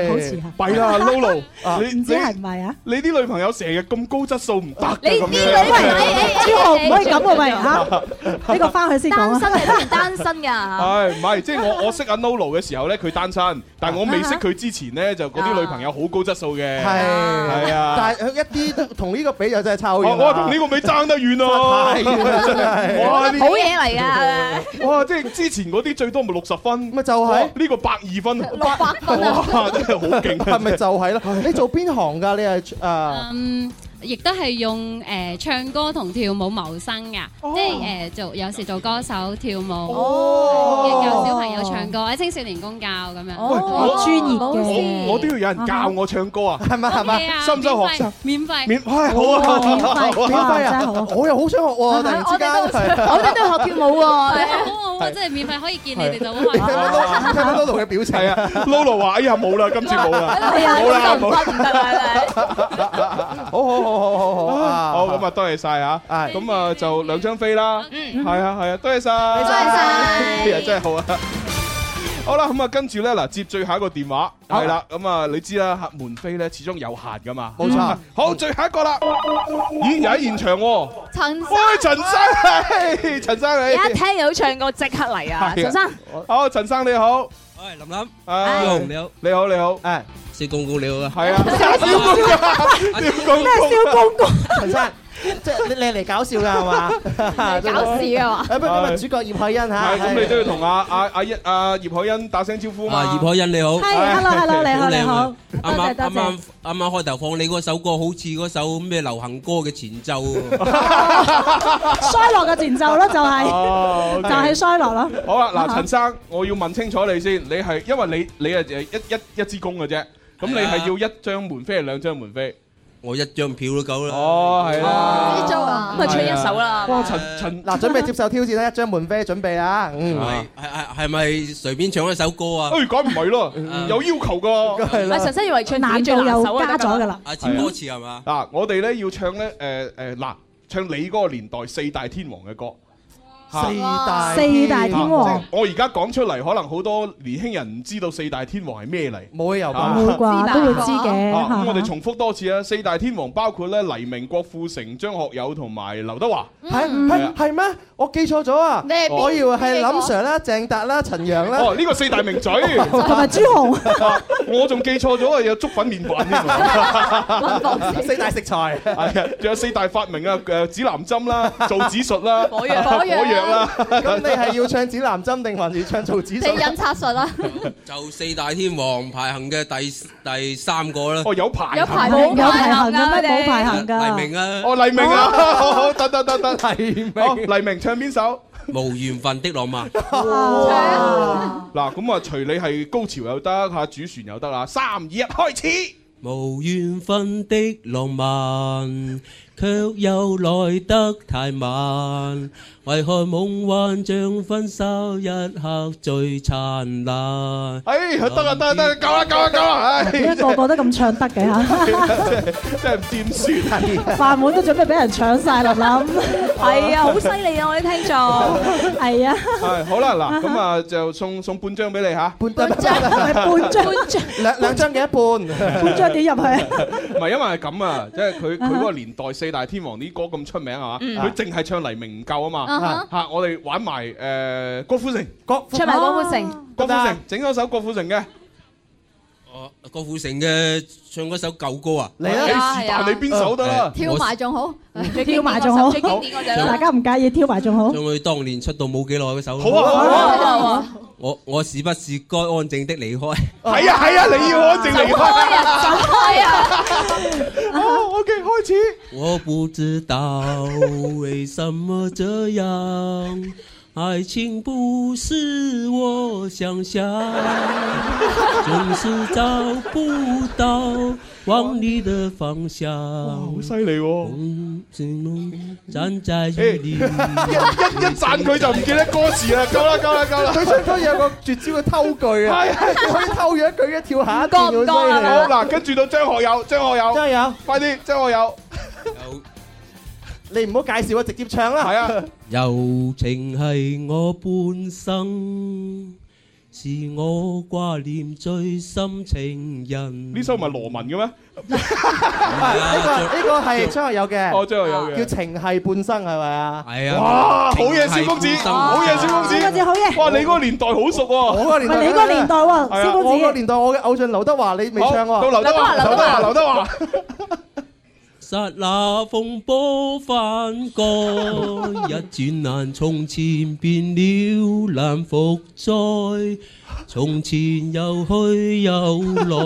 S18: 好似係。
S6: 弊啦，Lolo，你
S18: 唔知係唔係啊？
S6: 你啲女朋友成日咁高質素唔得㗎
S18: 你
S6: 咁
S18: 啲
S6: 樣
S18: 女朋友朱紅唔可以咁喎，喂嚇，呢個翻去先講啊。
S11: 單身係當然單身 㗎嚇。
S6: 唉，唔係，即係我我識阿 Nolo 嘅時候咧，佢單身，但我未識佢之前咧，就嗰啲女朋友好高質素嘅，
S7: 係
S6: 係啊，
S7: 但係佢一啲都同呢個比就真係差好
S6: 我
S7: 遠。
S6: 我同呢個咪爭得遠咯，
S7: 真係太 遠啦真係
S6: 哇呢
S11: 好嘢嚟㗎，
S6: 哇！即係之前嗰啲最多咪六十分，咪
S7: 就係
S6: 呢個百二分，六
S11: 百
S20: 分啊
S6: 哇！真係好勁，
S7: 係咪就 係啦？你做邊行㗎？你係啊？
S20: 嗯，亦都係用誒、呃唱歌同跳舞謀生噶，即係誒、呃做有時做歌手跳舞，亦有小朋友唱歌，喺青少年公教咁樣。
S12: 哦
S6: 我
S18: 專業
S6: 我
S18: 嘅
S6: 我都要有人教我唱歌啊，
S7: 係咪係咪
S20: OK 啊
S6: 收唔收學生？
S20: 免費
S6: 免唉好啊，
S7: 哇
S6: 好啊
S7: 免費
S18: 真係
S7: 啊！我又好想學喎，突然之間係
S18: 我哋都要學跳舞喎。
S20: 好好，
S6: 係
S20: 即係免費可以見你哋就好開心。
S7: 睇到 Lulu 嘅表情
S6: 係啊，Lolo 話：哎呀，冇啦，今次冇啦，冇啦，冇啦。
S7: 好好好好好好啊！
S6: 好咁啊，多謝晒嚇，咁啊就兩張飛啦，
S7: 嗯
S6: 係啊係啊，多謝晒，多
S7: 謝晒
S6: 呀真係好啊！好啦，咁啊，跟住咧嗱，接最後一個電話，
S7: 好
S6: 係啦，咁啊，你知啦，門飛咧始終有限噶嘛，
S7: 冇錯。
S6: 好，最後一個啦，咦，又喺現場喎，喂，陳生，陳生你，
S11: 一聽到唱歌即刻嚟啊！陳生，
S6: 好，陳生你好，
S13: 喂，林林，
S6: 哎
S13: 朱紅你好，
S6: 你好你好，
S7: 誒，
S13: 小公公你好啊，
S7: 係啊蕭公公蕭公公咩蕭公公陳生即係你你嚟搞笑㗎係嘛？
S6: 搞事㗎嘛
S7: 誒不如今日主角葉海欣嚇，
S6: 係咁你都要同阿阿阿一阿葉海欣打聲招呼嘛。
S13: 啊葉海欣你好，
S6: 係
S18: ，hello，hello，你好你好
S13: 好啱啱
S18: 多謝
S13: 啱
S18: 多謝
S13: 啱啱啱開頭放你嗰首歌，好似嗰首咩流行歌嘅前奏喎。
S18: 衰落嘅前奏咯，就係
S6: 哦，OK
S18: 就係衰落咯。
S6: 好啦，嗱，
S18: 啊
S6: 陳生，我要問清楚你先，你係因為你你係誒一一一支公嘅啫，咁你係要一張門飛定兩張門飛？
S13: 我一張票都夠啦。
S6: 哦，係啊。
S11: 呢張啊咁啊出一首啦
S7: 哇
S6: 陳陳
S7: 嗱，準備接受挑戰啦，一張門飛準備啊，嗯。
S13: 係係係咪隨便唱一首歌啊？
S6: 誒，梗唔係咯，
S13: Ờ,
S6: 有要 求㗎。
S13: 係
S11: 阿陳生以為唱自己最難手啊，得㗎啦。
S13: 啊，佔歌詞係嘛？
S6: 嗱，我哋咧要唱咧誒誒嗱，唱你嗰個年代四大天王嘅歌。嚇
S7: 四大四大天王
S6: 嚇即係我而家講出嚟，可能好多年輕人唔知道四大天王係咩嚟，啊
S7: 冇理由
S18: 吧唔會啩都會知嘅嚇
S6: 咁我哋重複多次啊！四大天王包括咧黎明、郭富城、張學友同埋劉德華。
S7: 係
S6: 係啊
S7: 係係咩？我記錯咗啊！
S6: 係邊
S7: 我以為係林 Sir 啦、鄭達啦、陳陽啦。
S6: 哦，呢個四大名嘴，
S7: 同埋朱紅。
S6: 啊我仲記錯咗啊，有粥粉麵 飯添啊。
S7: 四大食 材
S6: 係啊，仲有四大發明啊，誒指南針啦、造紙術啦、
S7: 火藥
S6: 火藥啦。
S7: 咁你係要唱指南針定還是唱做指數？啊
S1: 插
S6: 啊
S1: 術啊啦，
S13: 就四大天王排行嘅第第三個啦。
S6: 哦，有排
S18: 有排行冇有排行㗎咩冇排行㗎
S13: 黎明啊，
S6: 哦，黎 明啊， 好好得得得得，黎明，黎明唱邊首？
S13: 無緣分的浪漫。
S6: 嗱，咁啊，隨你係高潮又得嚇，主旋又得啦，三二一，開始。
S13: 無緣分的浪漫，卻又來得太慢。為何夢幻像分手一刻最燦爛？
S6: 哎，得啦得啦得啦，夠啦夠啦夠啦，唉，
S18: 你一個個都咁唱得 嘅嚇，
S6: 真係唔掂
S18: 飯
S6: 算
S18: 碗都準備俾人搶晒啦，諗
S11: 係啊，好犀利啊！我哋 聽眾
S18: 係啊，
S6: 係好啦，嗱，咁啊就送送半張俾你嚇，
S7: 半張半 張兩兩張嘅一半，
S18: 半張點入去啊？
S6: 唔係因為係咁啊，即係佢佢嗰個年代四大天王啲歌咁出名啊，
S18: 嗯
S6: 佢淨係唱黎明唔夠啊
S11: 啊哈
S6: 嘛，嚇我哋玩埋誒郭富城，
S7: 郭
S11: 唱埋郭富城，
S6: 郭富城整咗首郭富城嘅，
S13: 哦，郭富城嘅唱嗰首舊歌啊，
S6: 嚟
S1: dạ,
S6: 啊你是但你邊首
S13: Ờ,
S6: 得啦
S1: 跳埋仲好，
S18: 跳埋仲好，大家唔介意跳埋仲好。
S13: 唱佢當年出道冇幾耐嗰首。
S6: 好啊好啊
S5: dạ,
S6: 好啊好啊
S13: 我我是不是該安靜的離開？
S6: 係啊係啊，你要安靜離
S13: 走開
S6: 開
S13: 啊
S5: à,
S13: 走開啊！
S6: 哦，OK，開始。
S13: 我不知道為什麼這樣，愛情不是我想象，總是找不到往你的方向。好
S6: 犀利喎！
S13: 站在雨裏，
S6: 一一讚佢就唔記得歌詞啦，夠啦夠啦夠啦！
S7: 佢唱歌有個絕招嘅偷句啊，可以偷咗一句一跳下一段，好犀利
S6: 好嗱，跟住到張學友，張學友，
S7: 張學友，
S6: 快啲，張學友，
S7: 你唔好介紹啊，直接唱啦。
S6: 係啊，
S13: 柔情係我半生，是我掛念最深情人。呢
S6: 首唔係羅文嘅咩？
S7: 呢個呢個係張學友嘅，
S6: 哦張學友嘅
S7: 叫情係半生係咪啊？
S13: 係
S6: 哇，好嘢，蕭公子，好嘢，蕭公子，
S7: 蕭公子好嘢
S6: 哇，你嗰個年代好熟喎，
S7: 我個年代，
S6: 係啊
S7: 蕭公子，我個年代，我嘅偶像劉德華，你未
S6: 好
S7: 唱喎，
S6: 到劉德華，劉德華，劉德華，
S13: 刹那風波翻過，一轉眼從前變了難復再。從前又去又來，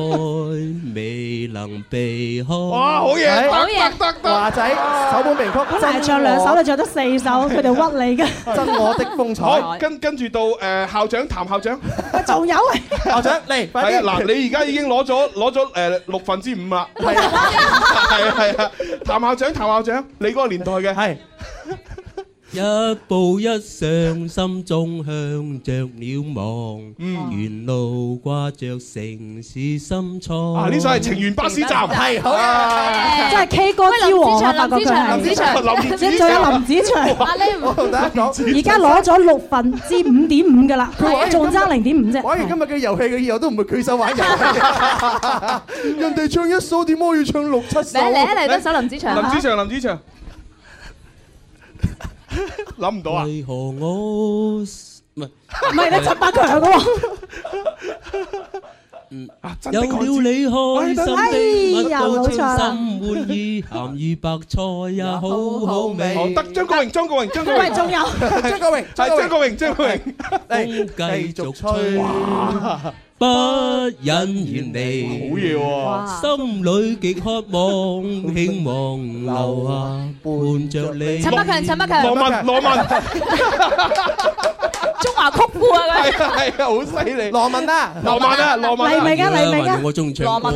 S13: 未能避開。
S6: 哇，好嘢，
S18: 好
S6: 得得得得，
S7: 華仔首本名曲，
S18: 本嚟唱兩首，你唱得四首，佢哋 屈你嘅。
S7: 真我的風采
S6: 好，跟跟住到誒校長譚校長，
S18: 仲有啊，
S7: 校長嚟，快
S6: 係啊，
S7: 啲
S6: 嗱，你而家已經攞咗攞咗誒六分之五啦，係啊係啊，譚校長，譚校長，你嗰個年代嘅
S7: 係。
S13: 一步一上，心中向着了望，沿路掛着城市心窗。
S6: 啊！呢首係情緣巴士站，
S13: 係
S6: 好啊
S18: 真係 K 歌之王啊！發覺佢係
S6: 林子祥 林子祥
S18: 仲有林子祥。
S6: 哇
S7: 你唔我同大家講
S18: 而家攞咗六分之五點五㗎啦，
S7: 佢玩 完
S18: 仲爭零點五啫。
S7: 玩完今日嘅遊戲，佢以後都唔會舉手玩遊
S11: 啊
S7: 戲。人哋唱一首，點解我要唱六七首？
S11: 嚟嚟嚟，得首林子祥
S6: 林子
S11: 啊。
S6: 祥，林子祥，諗唔到啊！
S13: 為何我唔係唔
S18: 係你陳百強嗰個？
S13: 有了你開心的，乜
S18: 哎呀
S13: 都
S18: 冇錯啦
S13: 稱心滿意，鹹魚白菜也好好味。
S6: 得張國榮，張國榮，張國榮，
S13: 喂仲有
S7: 張國榮
S6: 係張國榮，張國榮。
S13: 風繼續吹，不忍遠離。
S6: 好
S13: 心裏極渴望，希望留下伴着你。啊
S11: 陳百強，陳百強，
S13: 羅文羅文
S11: 中華曲庫啊佢。
S6: 係啊，好犀利。
S7: 羅文啊，
S6: 羅文啊，羅文。
S18: 黎明啊黎明啊
S13: 我中意唱歌。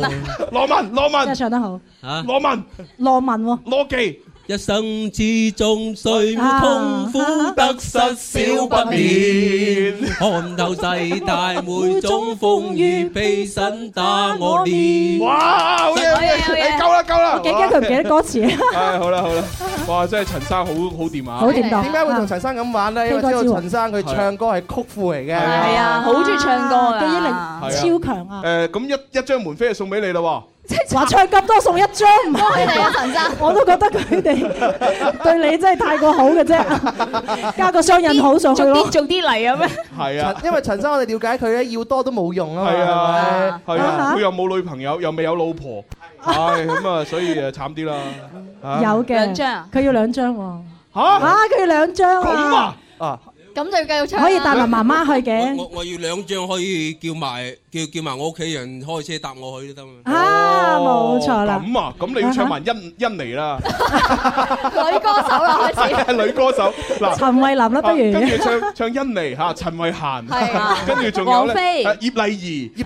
S6: 羅文，羅文
S18: 真係唱得好。
S13: 嚇，
S6: 羅文，
S18: 羅文喎，
S6: 羅記。
S13: 一生之中，誰沒痛
S18: 啊
S13: 苦得失少不 免，看透世大每種風雨，被神打我臉。
S6: 哇！好嘢，好嘢，你夠啦，夠啦。
S18: 我幾驚佢唔記得歌 詞。
S6: 唉，好啦，好啦。哇！真係陳生好好掂啊。
S7: 點解會同陳生咁玩咧？因為知道陳生佢唱歌係曲庫嚟嘅，
S11: 係啊，好中意唱歌啊，
S6: 記憶力超強
S18: 啊！
S6: 誒，咁一一張門飛就送俾你啦喎。
S18: 話唱咁多送一張，唔
S11: 恭喜
S18: 係
S11: 你啊陳生
S18: 我都覺得佢哋 對你真係太過好嘅 啫，加個雙引號上去咯。
S11: 做啲嚟啊咩？
S6: 係啊。
S7: 因為陳生我哋了解佢咧，要多都冇用啊嘛。
S6: 係啊，係啊，
S7: 啊
S6: 佢又冇女朋友，又未有老婆，唉咁啊，所以誒慘啲啦。啊
S18: 有嘅，
S11: 兩張啊
S18: 佢要兩張喎。
S6: 嚇
S18: 嚇！佢要兩張啊，
S7: 啊！
S11: 咁就繼續唱啦。
S18: 可以帶埋媽媽 去嘅。
S13: 我我要兩張可以叫埋叫叫埋我屋企人開車搭我去都得嘛。
S18: 啊，冇錯啦。
S6: 咁啊，咁你
S13: Ờ,
S6: 要唱埋欣欣妮啦，
S11: 女歌手啦 開始。
S6: 女歌手嗱。
S18: 陳慧琳啦，不如
S6: 跟住唱唱欣妮嚇，陳慧嫻
S11: 係啊，
S6: 跟住仲有
S11: 王菲
S6: 咧啊葉麗儀，葉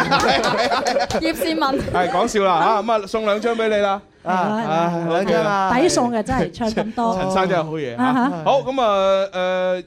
S11: 葉倩文，
S6: 係講笑啦嚇，咁啊送兩張俾你啦，啊
S7: 兩張啊
S18: 抵送嘅 真係唱咁多。
S6: 陳生真係好嘢嚇
S18: 啊哈，
S6: 好咁啊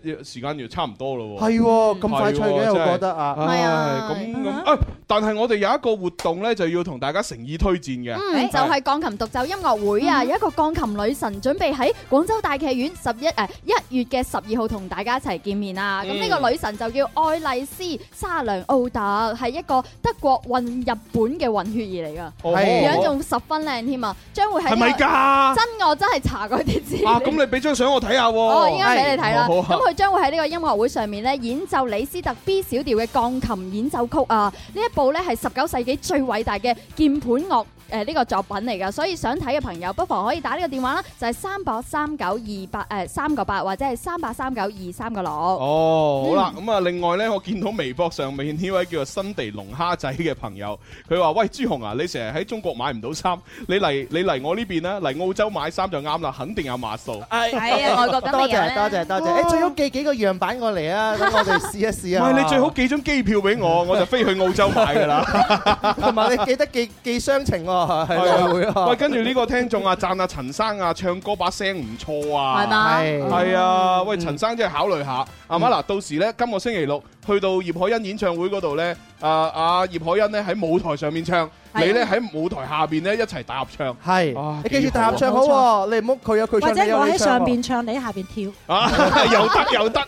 S6: 誒時間又差唔多咯喎，
S7: 係喎，咁快
S6: 係
S7: 脆嘅，
S6: 真
S7: 我
S6: 係
S7: 覺得啊，
S6: 唉咁咁
S1: 嗯
S6: 啊！但係我哋有一個活動咧，就要同大家誠意推薦嘅，
S1: 嗯，就係鋼琴獨奏音樂會
S6: 嗯
S1: 啊！有一個鋼琴女神準備喺廣州大劇院十一誒一月嘅十二號同大家一齊見面啊！咁
S11: 嗯
S1: 呢個女神就叫愛麗絲沙良奧特，係一個德國混日本嘅混血兒嚟
S6: 哦
S1: 噶，樣仲十分靚添啊！將會喺呢個
S6: 係咪㗎
S1: 真我真係查過啲資 料
S6: 啊！咁你俾張相我睇下喎，
S1: 哦，依家俾你睇啦。
S6: 好
S1: 咁
S6: 好啊
S1: 佢將會喺呢個音樂會上面咧演奏李斯特 B 小調嘅鋼琴演奏曲啊！呢一部咧係十九世紀最偉大嘅鍵盤樂。誒呢個作品嚟㗎，所以想睇嘅朋友不妨可以打呢個電話啦，就係三八三九二八誒三個八或者係三八三九二三個六。
S6: 哦，好啦，
S1: 嗯
S6: 咁啊，另外呢，我見到微博上面呢位叫做新地龍蝦仔嘅朋友，佢話：喂，朱紅啊，你成日喺中國買唔到衫，你嚟你嚟我呢邊啦，嚟澳洲買衫就啱啦，肯定有碼數。
S11: 係啊，外國咁
S7: 多
S11: 嘅人
S7: 謝
S11: 咧
S7: 多謝多謝，誒最好寄幾個樣板過嚟啊，等我哋試一 試啊。
S6: 喂，你最好寄張機票俾我，我就飛去澳洲買㗎啦。
S7: 同埋你記得寄寄雙程喎，係會啊。
S6: 喂，跟住呢個聽眾啊，讚啊陳生啊，唱歌把聲唔錯啊，
S11: 係嘛係
S7: 嗯
S6: 係啊，喂，陳生真係考慮下，係嘛嗱？到時咧，今個星期六去到葉海欣演唱會嗰度咧，啊啊葉海欣咧喺舞台上面唱，你
S7: 係啊
S6: 咧喺舞台下邊咧一齊大合唱，
S7: 係，你記住
S6: 幾好啊
S7: 大合唱好喎，你唔好佢有佢
S18: 或
S7: 唱，你
S18: 者
S7: 有
S18: 我
S7: 你
S18: 喺上
S7: 唱喎。
S18: 邊唱，你喺下邊跳，
S6: 啊， 又得又得，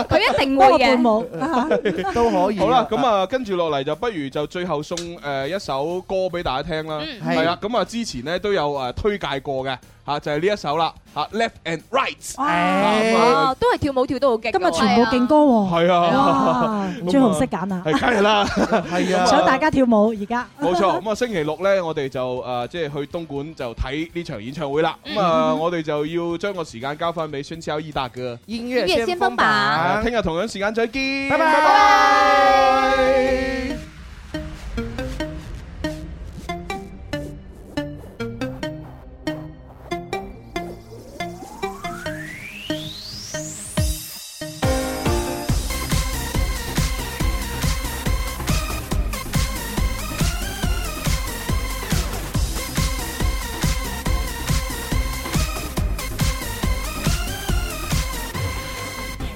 S11: 佢一定會
S18: 幫我伴
S11: 嘅。
S18: 舞 啊
S7: 都可以啊
S6: 好啦，咁啊，跟住落嚟就不如就最後送誒一首歌俾大家聽啦，
S11: 嗯
S7: 係
S6: 係啦，咁啊之前咧都有誒推介過嘅嚇，就係呢一首啦嚇，Left and Right，啊
S11: 哦，都係跳舞跳得好勁喎。
S18: 今日全部勁歌喎，
S6: 係啊
S18: 哇，朱紅識揀啊
S6: 係，梗係啦，
S7: 係啊
S18: 想大家跳舞而家。
S6: 冇錯，咁啊星期六呢，我哋就誒即係去東莞就睇呢場演唱會啦。咁啊，
S11: 嗯
S6: 我哋就要將個時間交翻俾孫超伊達嘅。啊
S7: 音
S11: 音樂先鋒榜
S6: 聽日同樣時間再見，
S7: 拜拜
S6: 拜。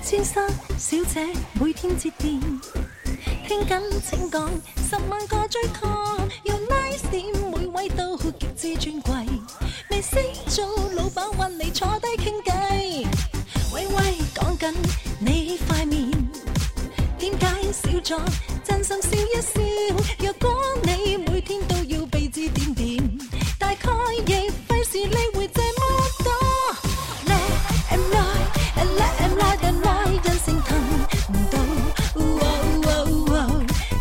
S17: 先生小姐每天接電，聽緊請講十萬個追 call，要 nice 點每位都極之尊貴，未識做老闆揾你坐低傾偈，喂喂講緊你塊面。點解少咗？真心笑一笑。若果你每天都要被指點點，大概亦費事理會這麼多。Let em lie，let em lie and lie，人性吞唔到。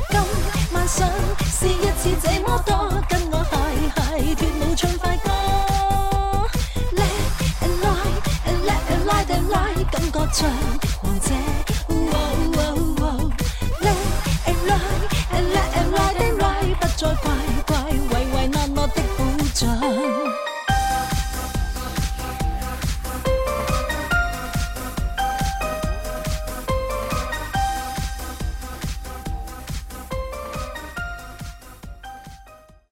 S17: 今晚想似這麼多，跟我鞋鞋脱舞唱快歌。Let it lie, let it lie, let it lie，感覺像王者。Wow, wow, wow Let it lie, let it lie, let it lie，不再怪怪為為難我的鼓掌。